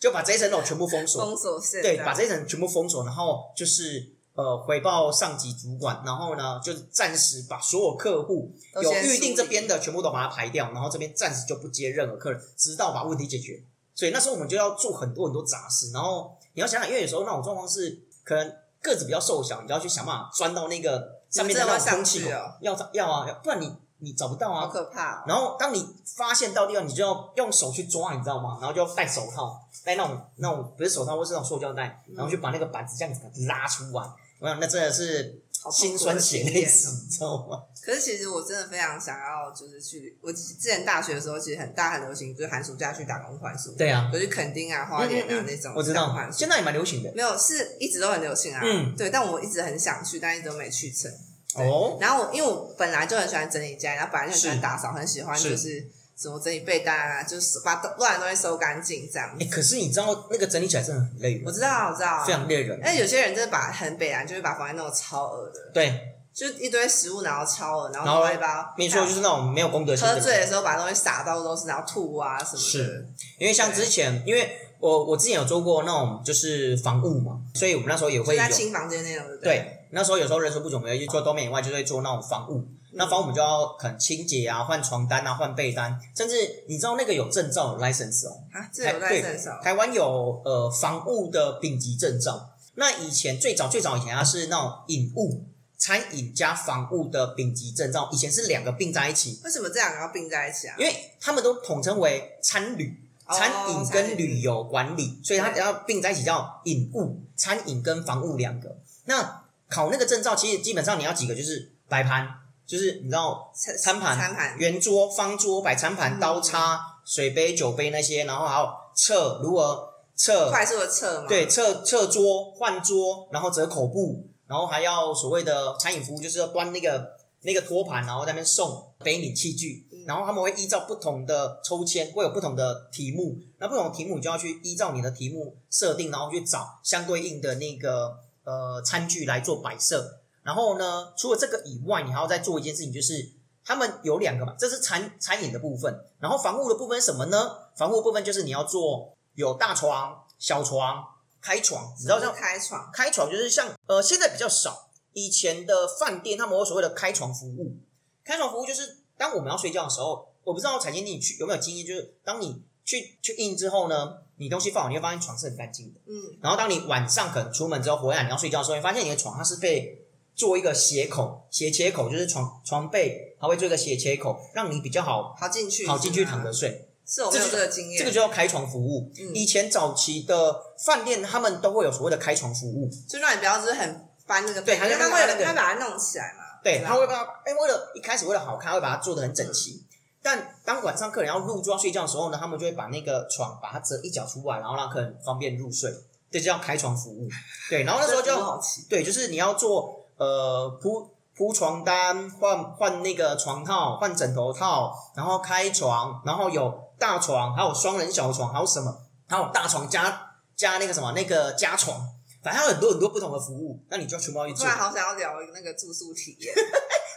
S2: 就把这一层楼全部封锁。
S1: 封锁线，
S2: 对，
S1: 这样
S2: 把这一层全部封锁，然后就是呃回报上级主管，然后呢就是暂时把所有客户
S1: 都
S2: 有
S1: 先
S2: 预定
S1: 梳
S2: 这
S1: 理
S2: 边的全部都把它排掉，然后这边暂时就不接任何客人，直到把问题解决。所以那时候我们就要做很多很多杂事，然后你要想想，因为有时候那种状况是可能个子比较瘦小，你就要去想办法钻到那个上面的那
S1: 你们真的
S2: 种
S1: 要
S2: 空气
S1: 上
S2: 孔
S1: 去哦，
S2: 要要啊，要不然你你找不到啊
S1: 好，可怕、哦。
S2: 然后当你发现到地方，你就要用手去抓，你知道吗？然后就要戴手套，戴那种那种不是手套，或是那种塑胶袋，然后去把那个板子这样子拉出来。我想那真的是
S1: 好痛苦的
S2: 心酸血
S1: 经
S2: 泪
S1: 验
S2: 史，你知道吗？
S1: 可是其实我真的非常想要，就是去我之前大学的时候，其实很大很流行，就是寒暑假去打工换宿，
S2: 对啊，
S1: 我去垦丁啊、花莲啊那种
S2: 我知
S1: 打工
S2: 道，
S1: 换宿
S2: 现在也蛮流行的
S1: 没有是一直都很流行啊。
S2: 嗯
S1: 对，但我一直很想去，但一直都没去成。对
S2: 哦。
S1: 然后我因为我本来就很喜欢整理家里，然后本来就很喜欢
S2: 是
S1: 打扫，很喜欢
S2: 是
S1: 就是什么整理被单啊，就是把乱的东西收干净这样
S2: 哎，。可是你知道那个整理起来真的很累人，
S1: 我知道，我知道
S2: 非。常累人。
S1: 但有些人真的把很北然，就是把房间弄得超恶的，
S2: 对，
S1: 就是一堆食物然后超恶，然
S2: 然
S1: 后
S2: 后
S1: 乱七八糟。
S2: 没错，就是那种没有公德心的
S1: 喝
S2: 人。
S1: 醉的时候把东西洒到都是，然后吐啊什么的。
S2: 是，因为像之前，因为我我之前有做过那种就是房务嘛，所以我们那时候也
S1: 就
S2: 会有
S1: 在清房间那种，对嗯不对？
S2: 对，那时候有时候人手不足，我们要去做东面以外，就会做那种房务。那房务我们就要可能清洁啊、换床单啊、换被单，甚至你知道那个有证照有 license 哦，
S1: 啊，这有在镇上，
S2: 台湾有呃房务的丙级证照。那以前最早最早以前它是那种饮务、餐饮加房务的丙级证照，以前是两个并在一起，
S1: 为什么这两个要并在一起啊？
S2: 因为他们都统称为餐
S1: 哦
S2: 旅。餐饮跟旅游管理，所以它
S1: 对
S2: 只要并在一起叫饮务，餐饮跟房务两个。那考那个证照，其实基本上你要几个，就是摆盘，就是你知道
S1: 餐
S2: 餐盘、
S1: 餐盘，
S2: 圆桌、方桌、摆餐盘、
S1: 嗯
S2: 刀叉、水杯、酒杯那些，然后还有撤如何撤，
S1: 快速的撤嘛。
S2: 对，撤撤桌、换桌，然后折口布，然后还要所谓的餐饮服务，就是要端那个那个托盘，然后在那边送给你器具
S1: 嗯，
S2: 然后他们会依照不同的抽签，会有不同的题目，那不同的题目你就要去依照你的题目设定，然后去找相对应的那个呃餐具来做摆设。然后呢，除了这个以外，你还要再做一件事情，就是他们有两个嘛，这是餐餐饮的部分，然后房屋的部分是什么呢？房屋的部分就是你要做有大床、小床、开床，你知道像
S1: 开床，
S2: 开床就是像呃现在比较少，以前的饭店他们有所谓的开床服务。开床服务就是当我们要睡觉的时候，我不知道彩金你去有没有经验，就是当你去去印之后呢，你东西放好，你会发现床是很干净的。
S1: 嗯，
S2: 然后当你晚上可能出门之后回来你要睡觉的时候，你发现你的床它是被做一个斜口斜切口，就是床床被它会做一个斜切口，让你比较好
S1: 好进去，
S2: 好进去躺着。睡。
S1: 是我没有
S2: 这就
S1: 这个经验，
S2: 这个就叫开床服务。
S1: 嗯
S2: 以前早期的饭店他们都会有所谓的开床服务，
S1: 就让你不要就是很翻那个，
S2: 对还是
S1: 因为他
S2: 让那
S1: 会
S2: 个
S1: 他把它弄起来嘛。
S2: 对，
S1: 是吧啊
S2: 他会把它哎、为了一开始为了好看，会把它做的很整齐。
S1: 嗯
S2: 但当晚上客人要入座要睡觉的时候呢，他们就会把那个床把它折一角出来，然后让客人方便入睡，这就叫开床服务。对，然后那时 候
S1: 这
S2: 就
S1: 个好奇，
S2: 对，就是你要做呃铺铺床单，换换那个床套，换枕头套，然后开床，然后有大床，还有双人小床，还有什么，还有大床加加那个什么那个加床，反正它有很多很多不同的服务，那你就全部要去
S1: 突
S2: 做
S1: 然。好想要聊那个住宿体验，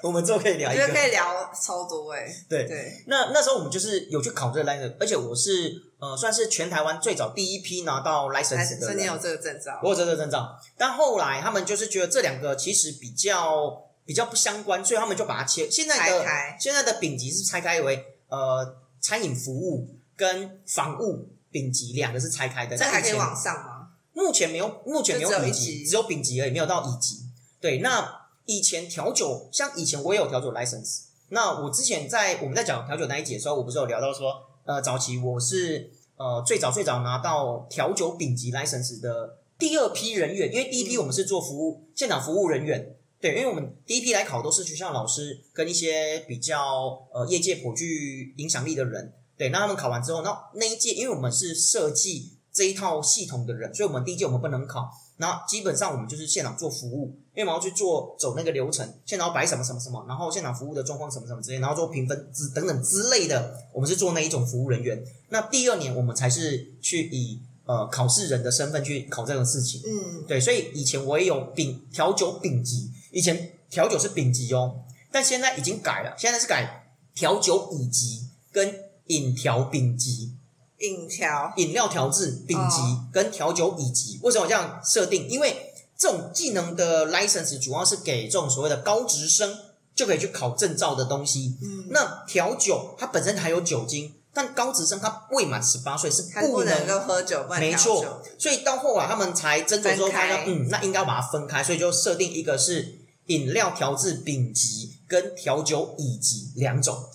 S2: 我们之后可以聊
S1: 我
S2: 一
S1: 觉得
S2: 个。
S1: 可以聊超多哎。
S2: 对
S1: 对，
S2: 那那时候我们就是有去考这个 license，而且我是呃算是全台湾最早第一批拿到
S1: 还
S2: license 的
S1: 所以你
S2: 人。
S1: 有这个证照，
S2: 我有这个证照，但后来他们就是觉得这两个其实比较比较不相关，所以他们就把它切。现在
S1: 拆
S2: 的
S1: 开
S2: 现在的丙级是拆开为呃餐饮服务跟房务丙级两个是拆开的，
S1: 这个还可以
S2: 但以前
S1: 往上吗？
S2: 目前没有，目前没
S1: 就只有
S2: 乙
S1: 一
S2: 级，
S1: 级
S2: 只有丙级而已，没有到乙级。对，那以前调酒，像以前我也有调酒 license。那我之前在我们在讲调酒那一节的时候，我不是有聊到说，呃，早期我是呃最早最早拿到调酒丙级 license 的第二批人员，因为第一批
S1: 嗯
S2: 我们是做服务现场服务人员，对，因为我们第一批来考都是学校老师跟一些比较呃业界颇具影响力的人，对，那他们考完之后，那那一届，因为我们是设计这一套系统的人，所以我们第一届我们不能考。那基本上我们就是现场做服务，因为我们要去做走那个流程，现场要摆什么什么什么，然后现场服务的状况什么什么之类，然后做评分之等等之类的，我们是做那一种服务人员。那第二年我们才是去以呃考试人的身份去考这种事情。
S1: 嗯，
S2: 对，所以以前我也有丙调酒丙级，以前调酒是丙级哦，但现在已经改了，现在是改调酒乙级跟饮调丙级，
S1: 影条
S2: 饮料调制丙级
S1: 哦
S2: 跟调酒乙级。为什么这样设定？因为这种技能的 license 主要是给这种所谓的高职生就可以去考证照的东西。
S1: 嗯，
S2: 那调酒它本身含有酒精，但高职生他未满十八岁是
S1: 他不能
S2: 能
S1: 够喝酒，不能
S2: 没
S1: 调
S2: 错
S1: 酒
S2: 所以到后来他们才斟酌之后
S1: 分
S2: 发
S1: 开
S2: 现，嗯，那应该把它分开，所以就设定一个是饮料调制丙级跟调酒乙级两种。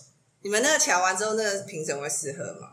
S1: 你们那个调完之后，那个评审会试喝吗？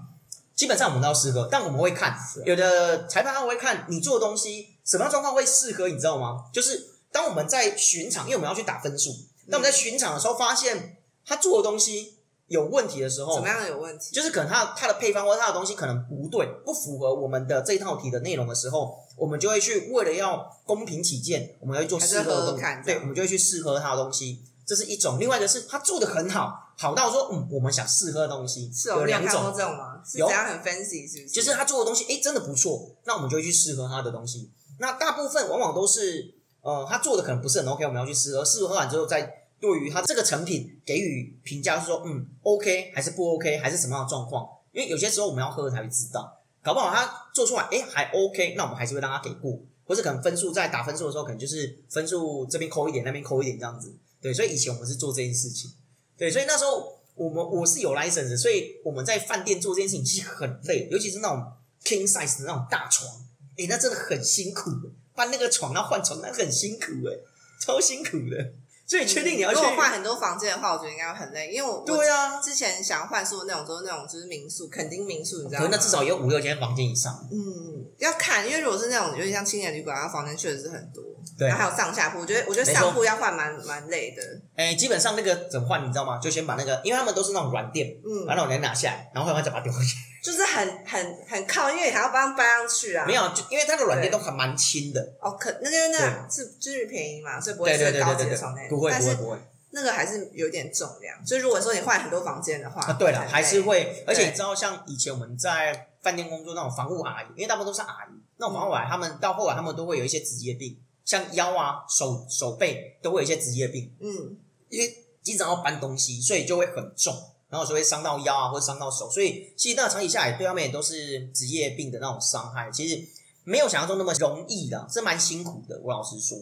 S2: 基本上我们都要适合，但我们会看
S1: 是啊
S2: 有的裁判他会看你做的东西什么样状况会适合，你知道吗？就是当我们在巡场，因为我们要去打分数，那
S1: 嗯
S2: 我们在巡场的时候发现他做的东西有问题的时
S1: 怎
S2: 候
S1: 么，样有问题？
S2: 哦就是可能他他的配方或者他的东西可能不对，不符合我们的这一套题的内容的时候，我们就会去为了要公平起见，我们要去做适合的
S1: 还是喝喝
S2: 东西
S1: 看，这
S2: 对，
S1: 样
S2: 我们就会去适合他的东西，这是一种。另外一个是他做的很好，好到说嗯，我们想适合的东西
S1: 是哦，
S2: 有
S1: 你有
S2: 两
S1: 看过
S2: 种，
S1: 这种吗？是
S2: 有
S1: 怎样很 fancy 是不是？
S2: 就是他做的东西诶真的不错，那我们就会去适合他的东西。那大部分往往都是呃他做的可能不是很 OK，我们要去适合，适合完之后再。对于他这个成品给予评价，是说嗯 OK 还是不 OK 还是什么样的状况？因为有些时候我们要喝了才会知道，搞不好他做出来哎还 OK，那我们还是会让他给过，或是可能分数在打分数的时候，可能就是分数这边扣一点，那边扣一点这样子。对，所以以前我们是做这件事情，对，所以那时候我们我是有 license，的所以我们在饭店做这件事情其实很累，尤其是那种 king size 的那种大床，哎，那真的很辛苦，搬那个床要换床，那很辛苦哎，超辛苦的。所以确定你要去
S1: 嗯如果换很多房间的话，我觉得应该会很累，因为我我
S2: 对啊，
S1: 之前想换宿的那种都是那种就是民宿，垦丁民宿，你知
S2: 可
S1: 道吗
S2: 能？哦那至少也有五六间房间以上。
S1: 嗯，要看，因为如果是那种有点像青年旅馆，它房间确实是很多，
S2: 对
S1: 然后还有上下铺，我觉得我觉得
S2: 没错
S1: 上铺要换蛮蛮累的，
S2: 哎，基本上那个怎么换你知道吗？就先把那个，因为他们都是那种软垫，把
S1: 嗯，
S2: 那种人拿下来，然后换完再把它丢回去。
S1: 就是很很很靠，因为你还要帮它搬上去啊，
S2: 没有，就因为它的软垫都还蛮轻的，
S1: 哦，可那个那是就是便宜嘛，所以不会
S2: 对对
S1: 是
S2: 对
S1: 高
S2: 对
S1: 级
S2: 对
S1: 的
S2: 对
S1: 床那，
S2: 不会
S1: 但
S2: 不会
S1: 是
S2: 不会
S1: 那个还是有点重量，所以如果说你换很多房间的话，
S2: 啊！对了，
S1: 很累
S2: 还是会，而且
S1: 对
S2: 你知道，像以前我们在饭店工作那种房务阿姨，因为大部分都是阿姨，那种房务阿姨他们到后来他们都会有一些职业病，像腰啊、手手背都会有一些职业病，
S1: 嗯，
S2: 因为经常要搬东西，所以就会很重，然后就会伤到腰啊，或者伤到手，所以其实那个长期下来，对他们也都是职业病的那种伤害，其实没有想象中那么容易的，是蛮辛苦的。我老实说，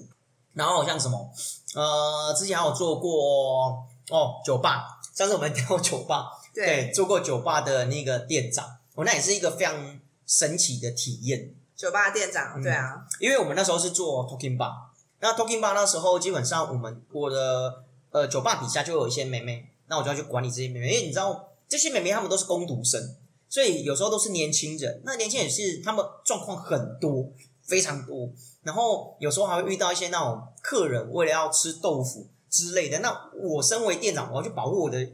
S2: 然后像什么，呃，之前还有做过哦酒吧，上次我们聊酒吧，
S1: 对，
S2: 做过酒吧的那个店长，我那也是一个非常神奇的体验。
S1: 酒吧店长，
S2: 嗯
S1: 对啊，
S2: 因为我们那时候是做 Talking Bar，那 Talking Bar 那时候基本上我们我的呃酒吧底下就有一些妹妹，那我就要去管理这些妹妹，因为你知道这些妹妹她们都是工读生，所以有时候都是年轻人，那年轻人是他们状况很多，非常多，然后有时候还会遇到一些那种客人为了要吃豆腐之类的，那我身为店长，我要去保护我的。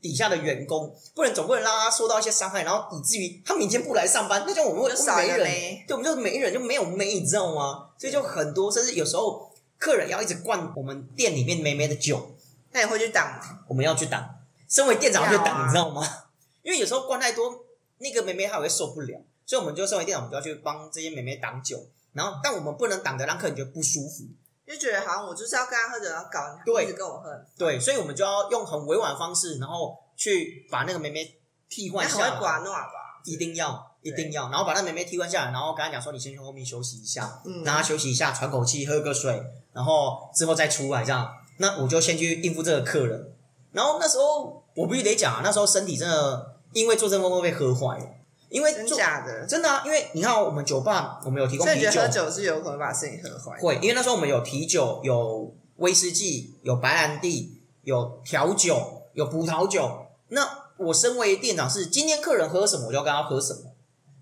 S2: 底下的员工不能总不能让他受到一些伤害，然后以至于他明天不来上班，那就我们会
S1: 就少一
S2: 没
S1: 个
S2: 人
S1: 妹，
S2: 对，我们就没人，就没有妹，你知道吗？所以就很多，甚至有时候客人要一直灌我们店里面妹妹的酒，
S1: 那你会去挡吗？
S2: 我们要去挡。身为店长要去
S1: 要
S2: 挡，
S1: 啊
S2: 你知道吗？ 因为有时候灌太多，那个妹妹她会受不了，所以我们就身为店长，我们就要去帮这些妹妹挡酒。然后，但我们不能挡的让客人觉得不舒服，
S1: 就觉得好像我就是要跟他喝酒，要搞你，
S2: 对
S1: 一直跟我喝，
S2: 对，所以我们就要用很委婉的方式，然后去把那个妹妹替
S1: 那
S2: 换
S1: 很
S2: 下
S1: 会
S2: 来，
S1: 寡诺吧？
S2: 一定要，一
S1: 对
S2: 定要，然后把那妹妹替换下来，然后跟她讲说，你先去后面休息一下，
S1: 嗯，
S2: 让他休息一下，喘口气，喝个水，然后之后再出来这样。那我就先去应付这个客人。然后那时候我必须得讲啊，那时候身体真的因为做这份工作被喝坏了，因为
S1: 真
S2: 做
S1: 假的？
S2: 真的啊，因为你看我们酒吧我们有提供
S1: 所以
S2: 啤
S1: 你觉
S2: 酒
S1: 得，喝酒是有可能把身体喝坏？
S2: 会，因为那时候我们有啤酒、有威士忌、有白兰地、有调酒、有葡萄酒。那我身为店长是，今天客人喝什么，我就要跟他喝什么。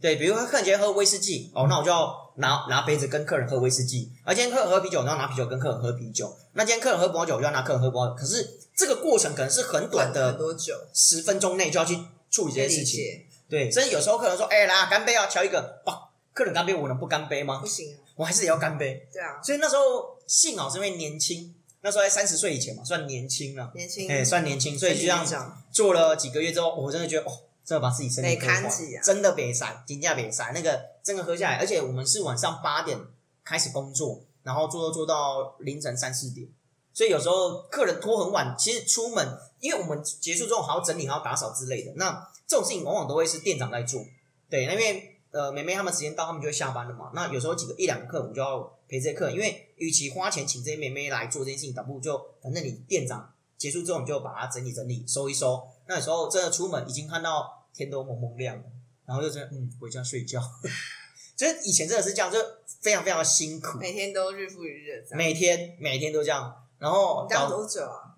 S2: 对，比如说客人今天喝威士忌，哦，那我就要拿拿杯子跟客人喝威士忌；而今天客人喝啤酒，我就要拿啤酒跟客人喝啤酒。那今天客人喝葡萄酒，我就要拿客人喝葡萄酒。可是这个过程可能是很短
S1: 很
S2: 的，
S1: 多酒？
S2: 十分钟内就要去处理这些事情。
S1: 情
S2: 对，甚至有时候客人说：“哎、来啊干杯啊！”敲一个，哇，客人干杯，我能不干杯吗
S1: 不？行啊，
S2: 我还是得要干杯。
S1: 对啊，
S2: 所以那时候幸好是因为年轻，那时候在三十岁以前嘛，算年轻了，
S1: 年轻，
S2: 哎、算年轻，所以就这样
S1: 讲，
S2: 做了几个月之后，我真的觉得哦，真的把自己身体
S1: 得
S2: 喝坏
S1: 看起啊
S2: 真的别散，金价别散，那个真的喝下来，而且我们是晚上八点开始工作，然后做做到凌晨三四点，所以有时候客人拖很晚，其实出门，因为我们结束之后还要整理、还要打扫之类的，那这种事情往往都会是店长在做，对，那因为呃，妹妹她们时间到，她们就会下班了嘛，那有时候几个一两个客，我们就要陪这些客人，因为与其花钱请这些妹妹来做这件事情，倒不如就反正你店长结束之后，你就把它整理整理，收一收。那时候真的出门已经看到天都蒙蒙亮了，然后就觉得嗯回家睡觉。 就是以前真的是这样，就非常非常辛苦，
S1: 每天都日复一日的这样。
S2: 每天每天都这样，然后
S1: 你当
S2: 到
S1: 多久啊？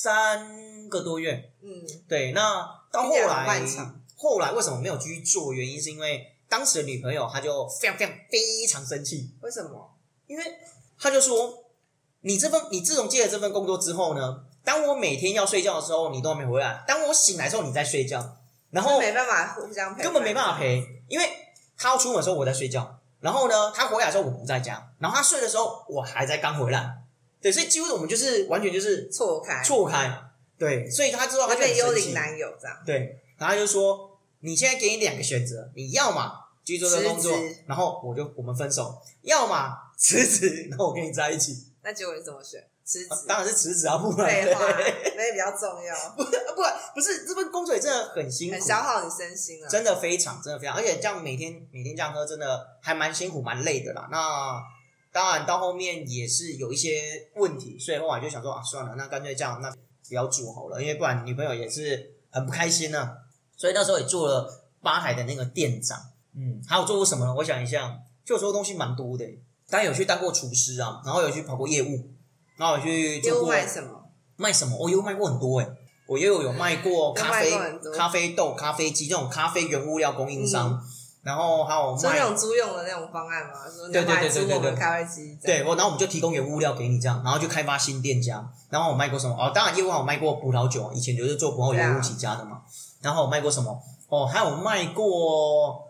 S2: 三个多月，
S1: 嗯，
S2: 对，那到后
S1: 听起来很
S2: 来
S1: 漫长，
S2: 后来为什么没有继续做？原因是因为当时的女朋友她就非常非常非常生气，
S1: 为什么？
S2: 因为她就说：“你这份你自从接了这份工作之后呢，当我每天要睡觉的时候，你都还没回来；当我醒来之后，你在睡觉，然后
S1: 就没办法互相陪伴，
S2: 根本没办法陪，因为他要出门的时候我在睡觉，然后呢，他回来的时候我不在家，然后他睡的时候我还在刚回来，对，所以几乎我们就是完全就是
S1: 错开，
S2: 错开，对，所以他之后他
S1: 完
S2: 就很
S1: 全幽
S2: 生气
S1: 灵，男友这样。
S2: 对，然后他就说你现在给你两个选择，你要嘛继续做这个工作
S1: 辞职，
S2: 然后我就我们分手，要么辞职，然后我跟你在一起，
S1: 那结果你怎么选？辞职？
S2: 当然是辞职啊，不然
S1: 废话，那也比较重要，
S2: 不然不是这份工作也真的很辛苦，
S1: 很消耗你身心啊。
S2: 真的非常，真的非常，而且这样每天每天这样喝，真的还蛮辛苦，蛮累的啦。那当然到后面也是有一些问题，所以后来就想说啊，算了，那干脆这样，那不要做好了，因为不然女朋友也是很不开心呢、啊所以那时候也做了吧台的那个店长，嗯，还有做过什么呢？我想一下，就做东西蛮多的、当然有去当过厨师啊，然后有去跑过业务，然后有去做
S1: 又
S2: 过
S1: 卖什么？
S2: 卖什么？我、又卖过很多哎、我又有卖过 咖啡
S1: 有卖过很、多嗯
S2: 咖啡豆、咖啡机这种咖啡原物料供应商，然后还有
S1: 说那
S2: 卖
S1: 种租用的那种方案吗？说你
S2: 对对
S1: 买
S2: 对对
S1: 租
S2: 对
S1: 我们
S2: 对
S1: 咖啡机这样，
S2: 对，我然后我们就提供原物料给你这样，然后就开发新店家。然后我卖过什么？哦，当然业务还有卖过葡萄酒，以前就是做葡萄酒业务起家的嘛。然后我卖过什么？哦，还有卖过，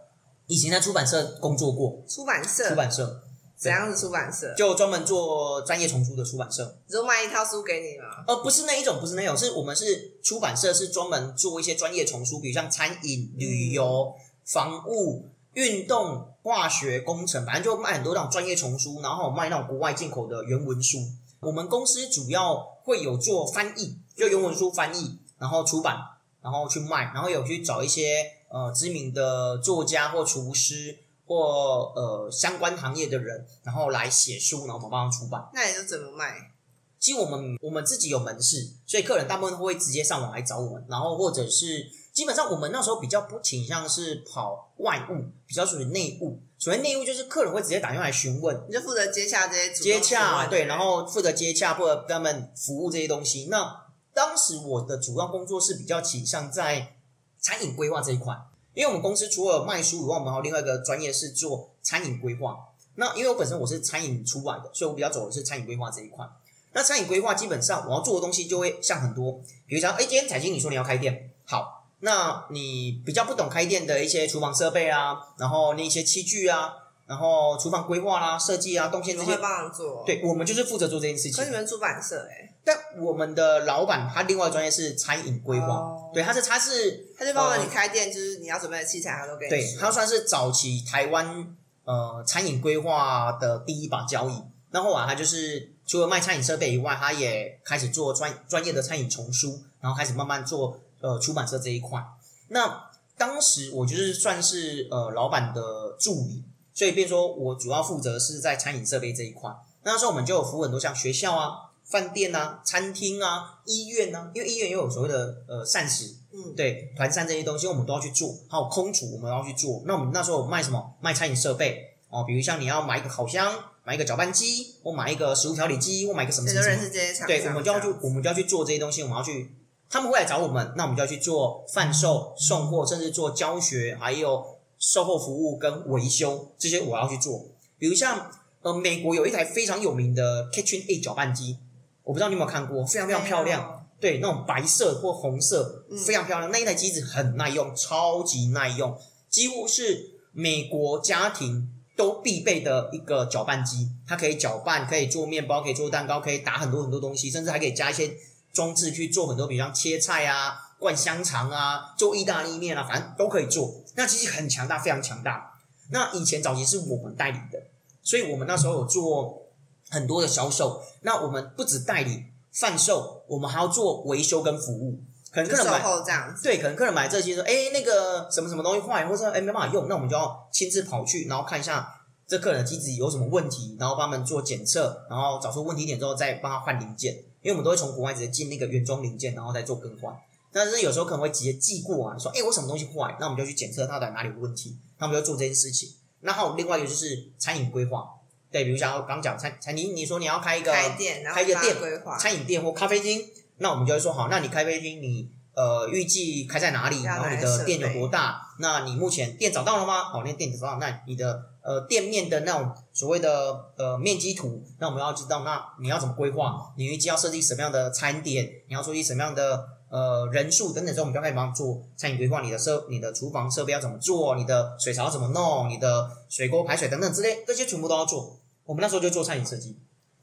S2: 以前在出版社工作过，
S1: 出版社
S2: 出版社
S1: 怎样子出版社？
S2: 就专门做专业丛书的出版社。
S1: 你就卖一套书给你吗？
S2: 呃，不是那一种，不是那一种，是我们是出版社，是专门做一些专业丛书，比如像餐饮、旅游、防务、运动、化学、工程，反正就卖很多那种专业丛书，然后卖那种国外进口的原文书。我们公司主要会有做翻译，就原文书翻译，然后出版，然后去卖，然后有去找一些呃知名的作家或厨师或呃相关行业的人，然后来写书，然后我们帮他出版。
S1: 那你就怎么卖？
S2: 其实我们我们自己有门市，所以客人大部分会直接上网来找我们，然后或者是基本上我们那时候比较不倾向是跑外务，比较属于内务。所谓内务就是客人会直接打电话来询问，
S1: 你就负责接洽这些主动
S2: 接
S1: 询
S2: 洽
S1: 问
S2: 对，然后负责接洽或者他们服务这些东西。那当时我的主要工作是比较倾向在餐饮规划这一块，因为我们公司除了卖书以外，我们还有另外一个专业是做餐饮规划。那因为我本身我是餐饮出来的，所以我比较走的是餐饮规划这一块。那餐饮规划基本上我要做的东西就会像很多，比如像哎，今天彩金你说你要开店，好，那你比较不懂开店的一些厨房设备啊，然后那一些器具啊，然后厨房规划啦、设计啊、动
S1: 你
S2: 线这
S1: 们
S2: 些
S1: 会，帮忙做。，
S2: 对，我们就是负责做这件事
S1: 哦可
S2: 情
S1: 是你。们出版社哎、
S2: 但我们的老板他另外专业是餐饮规划，
S1: 哦
S2: 对，他是他是
S1: 他就帮忙
S2: 呃
S1: 你开店，就是你要准备的器材，他都给你
S2: 对
S1: 说。
S2: 他算是早期台湾呃餐饮规划的第一把交椅。那后来他就是除了卖餐饮设备以外，他也开始做专专业的餐饮丛书，然后开始慢慢做呃出版社这一块。那当时我就是算是呃老板的助理，所以变说我主要负责是在餐饮设备这一块。那时候我们就有服务很多像学校啊、饭店啊、餐厅啊、医院啊，因为医院也有所谓的呃膳食
S1: 嗯，
S2: 对团扇这些东西，我们都要去做，还有空厨我们要去做。那我们那时候卖什么？卖餐饮设备哦，比如像你要买一个烤箱，买一个搅拌机，或买一个食物调理机，或买一个什么
S1: 你就
S2: 什么什
S1: 认
S2: 么。
S1: 识这些厂商。
S2: 对，我们就要去，我们就要去做这些东西，我们要去，他们会来找我们，那我们就要去做贩售、送货，甚至做教学，还有售后服务跟维修这些，我要去做。比如像呃，美国有一台非常有名的 Kitchen A 搅拌机，我不知道你有没有看过，非常非常漂亮。
S1: 亮。
S2: 对，那种白色或红色
S1: 嗯
S2: 非常漂亮，那一台机子很耐用，超级耐用，几乎是美国家庭都必备的一个搅拌机。它可以搅拌，可以做面包，可以做蛋糕，可以打很多很多东西，甚至还可以加一些装置去做很多，比如像切菜啊、灌香肠啊、做意大利面啊，反正都可以做。那机器很强大，非常强大。那以前早期是我们代理的，所以我们那时候有做很多的销售。那我们不止代理贩售，我们还要做维修跟服务。可能
S1: 就
S2: 客人
S1: 售
S2: 买
S1: 后这样子，
S2: 对，可能客人买这些说，哎，那个什么什么东西坏，或者说哎没办法用，那我们就要亲自跑去，然后看一下这客人的机子有什么问题，然后帮他们做检测，然后找出问题点之后再帮他换零件，因为我们都会从国外直接进那个原装零件，然后再做更换。但是有时候可能会直接寄过来，说，哎、我什么东西坏，那我们就去检测它到底哪里有问题，那我们就做这件事情。那还有另外一个就是餐饮规划，对，比如像我刚讲餐餐，你你说你要开一个
S1: 开店，然后
S2: 开一个
S1: 帮
S2: 店
S1: 他规划，
S2: 餐饮店或咖啡厅，那我们就会说好，那你咖啡厅你呃预计开在哪里？
S1: 要
S2: 然后你
S1: 哪些
S2: 的
S1: 设
S2: 店有
S1: 备
S2: 多大？那你目前店找到了吗？好，那店找到，那你的呃店面的那种所谓的呃面积图，那我们要知道，那你要怎么规划？你预计要设计什么样的餐点？你要设计什么样的呃人数等等之后，我们就开始帮你做餐饮规划，你的设你的厨房设备要怎么做？你的水槽怎么弄？你的水沟排水等等之类，这些全部都要做。我们那时候就做餐饮设计，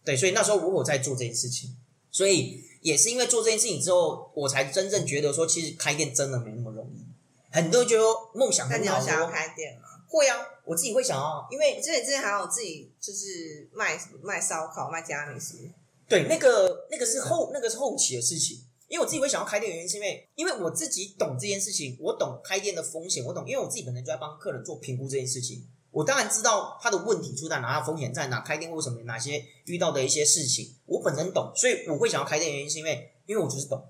S2: 对，所以那时候我有在做这件事情。所以也是因为做这件事情之后，我才真正觉得说，其实开店真的没那么容易。很多人觉得梦想
S1: 那
S2: 很
S1: 你有
S2: 好，
S1: 想要
S2: 说
S1: 开店吗？
S2: 会啊，我自己会想啊，因
S1: 我
S2: 为
S1: 记得你之前还有自己就是卖卖烧烤、卖加米斯，
S2: 对那个那个是后那个是后期的事情。因为我自己会想要开店的原因，是因为因为我自己懂这件事情，我懂开店的风险，我懂，因为我自己本身就在帮客人做评估这件事情，我当然知道他的问题出在哪，他的风险在哪，开店为什么哪些遇到的一些事情，我本身懂，所以我会想要开店的原因是因为因为我就是懂，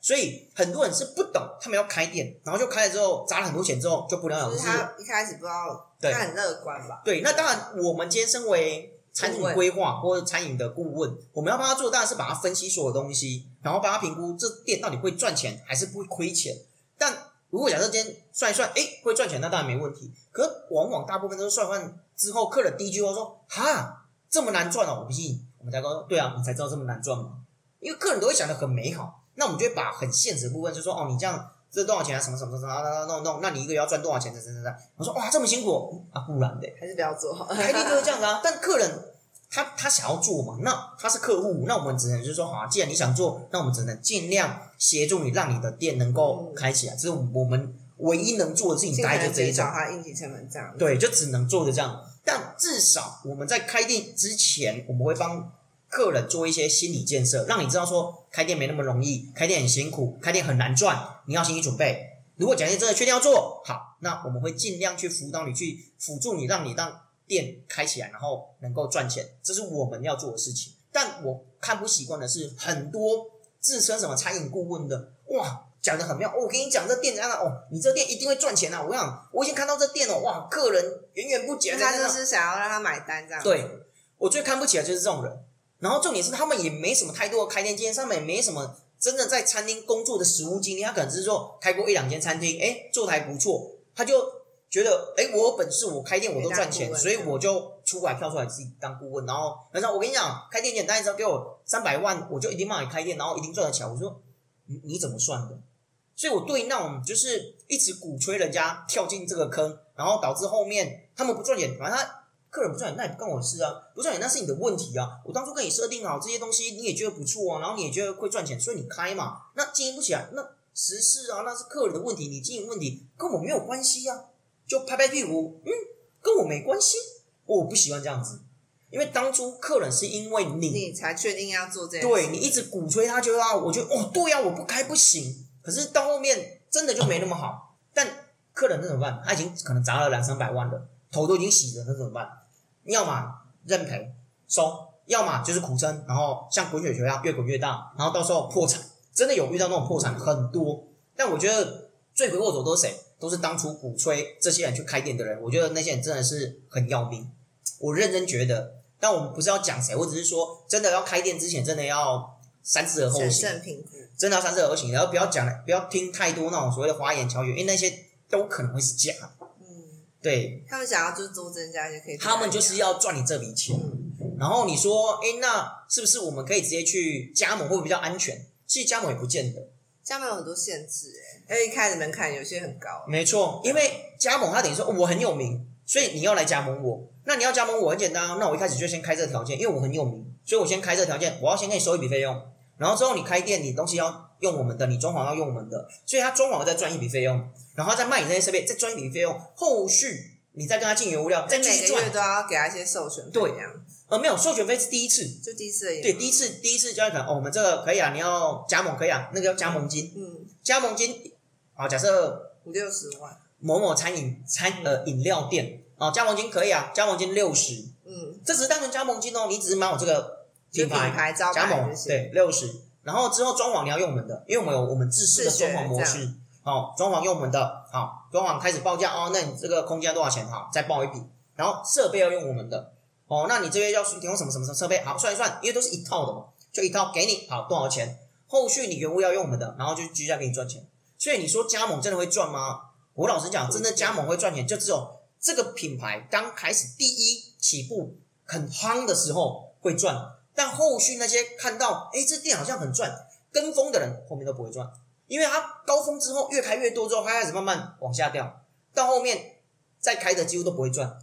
S2: 所以很多人是不懂，他们要开店，然后就开了之后砸了很多钱之后就不了了
S1: 就
S2: 之
S1: 是。他一开始不知道，
S2: 啊对
S1: 他很乐观吧？
S2: 对，那当然，我们今天身为餐饮规划或者餐饮的顾问，我们要帮他做，当然是把他分析所有东西，然后帮他评估这店到底会赚钱还是不会亏钱。但如果假设今天算一算，诶，会赚钱，那当然没问题。可往往大部分都是算完之后，客人第一句话说：“哈，这么难赚哦！”我不信，我们才刚说，对啊，你才知道这么难赚嘛。因为客人都会想的很美好，那我们就会把很现实的部分就说：“哦，你这样这多少钱啊？什么什么什么啊？那那那那，那你一个月要赚多少钱？怎怎怎怎？”我说：“哇，这么辛苦哦啊，不然的。”
S1: 还是不要做好？
S2: 开店就是这样子啊。但客人他他想要做嘛，那他是客户，那我们只能就是说，好、啊，既然你想做，那我们只能尽量协助你，让你的店能够
S1: 嗯
S2: 开起来。这是我们唯一能做的事情，
S1: 尽
S2: 大
S1: 可
S2: 概就
S1: 能
S2: 这一
S1: 减
S2: 种
S1: 少。他应急成本这样。，
S2: 对，就只能做的这样。但至少我们在开店之前，我们会帮客人做一些心理建设，让你知道说开店没那么容易，开店很辛苦，开店很难赚，你要心理准备。如果假设真的确定要做好，那我们会尽量去辅导你，去辅助你，让你让店开起来，然后能够赚钱，这是我们要做的事情。但我看不习惯的是，很多自称什么餐饮顾问的，哇，讲的很妙、哦我跟你讲，这店怎样啊？哦，你这店一定会赚钱啊！我想，我已经看到这店了，哇，客人源源不绝
S1: 因为
S2: 在
S1: 他
S2: 那。
S1: 就是想要让他买单这样。
S2: 对，我最看不起的就是这种人。然后重点是他们也没什么太多的开店经验，他们也没什么真的在餐厅工作的实务经历，他可能是说开过一两间餐厅，哎，做的还不错，他就觉得哎，我有本事，我开店我都赚
S1: 可以当顾
S2: 钱，
S1: 问
S2: 所以我就出来跳出来自己当顾问。然后他说：“我跟你讲，开店简单，你只要给我三百万，我就一定帮你开店，然后一定赚得起来。”我说：“你你怎么算的？”所以我对那种就是一直鼓吹人家跳进这个坑，然后导致后面他们不赚钱，反正他客人不赚钱，那也不关我的事啊，不赚钱那是你的问题啊。我当初跟你设定好这些东西，你也觉得不错啊，然后你也觉得会赚钱，所以你开嘛。那经营不起来，那时事啊，那是客人的问题，你经营问题跟我没有关系啊。就拍拍屁股，嗯，跟我没关系，我不喜欢这样子，因为当初客人是因为
S1: 你才确定要做这件事。
S2: 对你一直鼓吹他，就要我觉得哦，对呀、我不开不行。可是到后面真的就没那么好。但客人那怎么办？他已经可能砸了两三百万了，头都已经洗了，那怎么办？要么认赔收，要么就是苦撑，然后像滚雪球一样越滚越大，然后到时候破产。真的有遇到那种破产很多，但我觉得罪魁祸首都是谁？都是当初鼓吹这些人去开店的人。我觉得那些人真的是很要命。我认真觉得，但我们不是要讲谁，我只是说，真的要开店之前，真的要三思而后
S1: 审
S2: 行，
S1: 慎评估。
S2: 真的要三思而后行，然后不要讲，不要听太多那种所谓的花言巧语，因为那些都可能会是假的。
S1: 嗯，
S2: 对
S1: 他们想要就是多增加一些可以。啊
S2: 他们就是。要赚你这笔钱，
S1: 嗯
S2: 然后你说，哎，那是不是我们可以直接去加盟，会不会比较安全？其实加盟也不见得，
S1: 加盟有很多限制哎、因为一开始门槛有些很高，
S2: 没错，因为加盟它等于说、哦我很有名，所以你要来加盟我。那你要加盟我很简单啊，那我一开始就先开这个条件，因为我很有名，所以我先开这个条件，我要先跟你收一笔费用，然后之后你开店，你东西要用我们的，你装潢要用我们的，所以他装潢再赚一笔费用，然后再卖你这些设备，再赚一笔费用，后续你再跟他进原物料，再
S1: 每
S2: 继
S1: 个
S2: 续赚
S1: 月。都要给他一些授权费，
S2: 对
S1: 这样
S2: 呃，没有授权费是第一次，
S1: 就第一次而已嘛。
S2: 对，第一次第一次就要可能哦，我们这个可以啊，你要加盟可以啊，那个叫加盟金，
S1: 嗯，
S2: 加盟金，好，假设
S1: 五六十万，
S2: 某某餐饮餐呃饮料店，哦，加盟金可以啊，加盟金六十，
S1: 嗯，
S2: 这只是单纯加盟金哦，你只是买我这个
S1: 就
S2: 品
S1: 品
S2: 牌
S1: 牌招
S2: 加
S1: 牌
S2: 盟
S1: 这，些，
S2: 对，六十。然后之后装潢你要用我们的，因为我们有我们自式的
S1: 自
S2: 装
S1: 学
S2: 潢模
S1: 这
S2: 式。哦，装潢用我们的，好，装潢开始报价哦，那你这个空间多少钱？好，再报一笔。然后设备要用我们的，哦，那你这边要提供什么什么什么设备？好，算一算，因为都是一套的嘛，就一套给你，好多少钱？后续你原物要用我们的，然后就居家给你赚钱。所以你说加盟真的会赚吗？我老实讲，真的加盟会赚钱，就只有这个品牌刚开始第一起步很夯的时候会赚，但后续那些看到哎这店好像很赚，跟风的人后面都不会赚，因为他高峰之后越开越多之后，他开始慢慢往下掉，到后面再开的几乎都不会赚。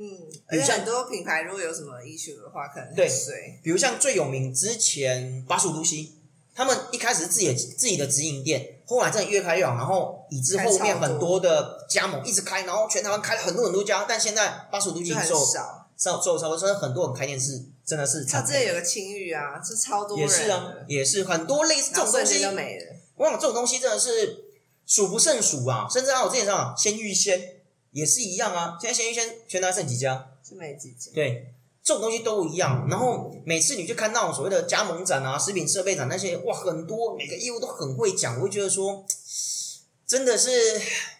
S1: 嗯，而
S2: 比如
S1: 且
S2: 像
S1: 很多品牌如果有什么 issue 的话，可能
S2: 对
S1: 很水，
S2: 比如像最有名之前巴蜀都西，他们一开始是自己的自己的直营店，后来真的越开越好，然后以致后面很多的加盟一直开，然后全台湾开了很多很多家，但现在巴蜀都西
S1: 就很
S2: 之后
S1: 少。
S2: 少做超真的很多人开店是真的是
S1: 他
S2: 惨
S1: 之
S2: 赔，
S1: 前有个青玉啊，是超多人
S2: 也
S1: 的，
S2: 是啊，也是很多类似这
S1: 然后
S2: 种
S1: 瞬
S2: 东
S1: 间
S2: 西
S1: 就没了。
S2: 我想这种东西真的是数不胜数啊！甚至还有之前上鲜芋仙也是一样啊，现在鲜芋仙全台剩几家？
S1: 是没几家。
S2: 对，这种东西都一样。然后每次你去看到所谓的加盟展啊、食品设备展那些，哇，很多每个业务都很会讲，我会觉得说，真的是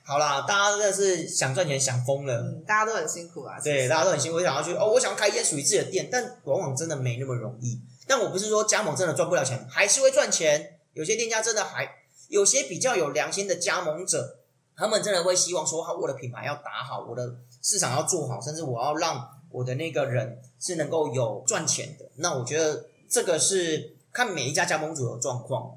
S2: 好啦，大家真的是想赚钱想疯了。
S1: 嗯，大家都很辛苦啊。
S2: 对，
S1: 其实
S2: 大家都很辛苦，想要去哦，我想要开一间属于自己的店，但往往真的没那么容易。但我不是说加盟真的赚不了钱，还是会赚钱。有些店家真的还，有些比较有良心的加盟者，他们真的会希望说，好，我的品牌要打好，我的市场要做好，甚至我要让我的那个人是能够有赚钱的。那我觉得这个是看每一家加盟主的状况啊。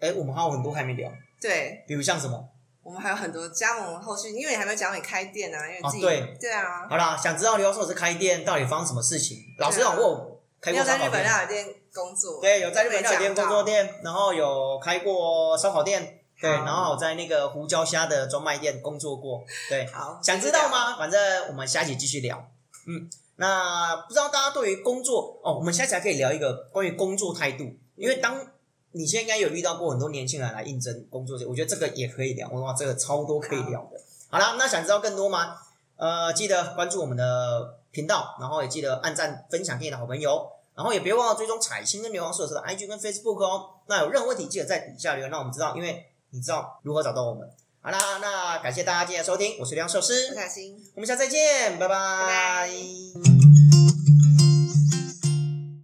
S2: 哎，我们还有很多还没聊，
S1: 对，
S2: 比如像什么？
S1: 我们还有很多加盟后续，因为你还没有讲你开店啊，因为自己
S2: 啊对
S1: 啊，
S2: 好啦，想知道刘教授是开店到底发生什么事情？老实讲，我有开
S1: 你
S2: 过
S1: 啊有在
S2: 烧烤
S1: 日本
S2: 店。
S1: 料理店工作，
S2: 对，有在日本料理店
S1: 没讲
S2: 工
S1: 到
S2: 作店，然后有开过烧烤店，对，
S1: 好
S2: 然后有在那个胡椒虾的专卖店工作过， 对，
S1: 好，
S2: 想知道？吗？反正我们下一集继续聊，嗯，那不知道大家对于工作哦，我们下一集还可以聊一个关于工作态度，因为当你现在应该有遇到过很多年轻人来应征工作者，我觉得这个也可以聊，哇，这个超多可以聊的。好啦，那想知道更多吗？呃，记得关注我们的频道，然后也记得按赞、分享给你的好朋友，然后也别忘了追踪彩星跟牛王所有的 IG 跟 Facebook 哦。那有任何问题，记得在底下留言，让我们知道，因为你知道如何找到我们。好啦，那感谢大家今天的收听，我是梁寿
S1: 不
S2: 师，
S1: 开心。
S2: 我们下次再见，
S1: 拜
S2: 拜拜
S1: 拜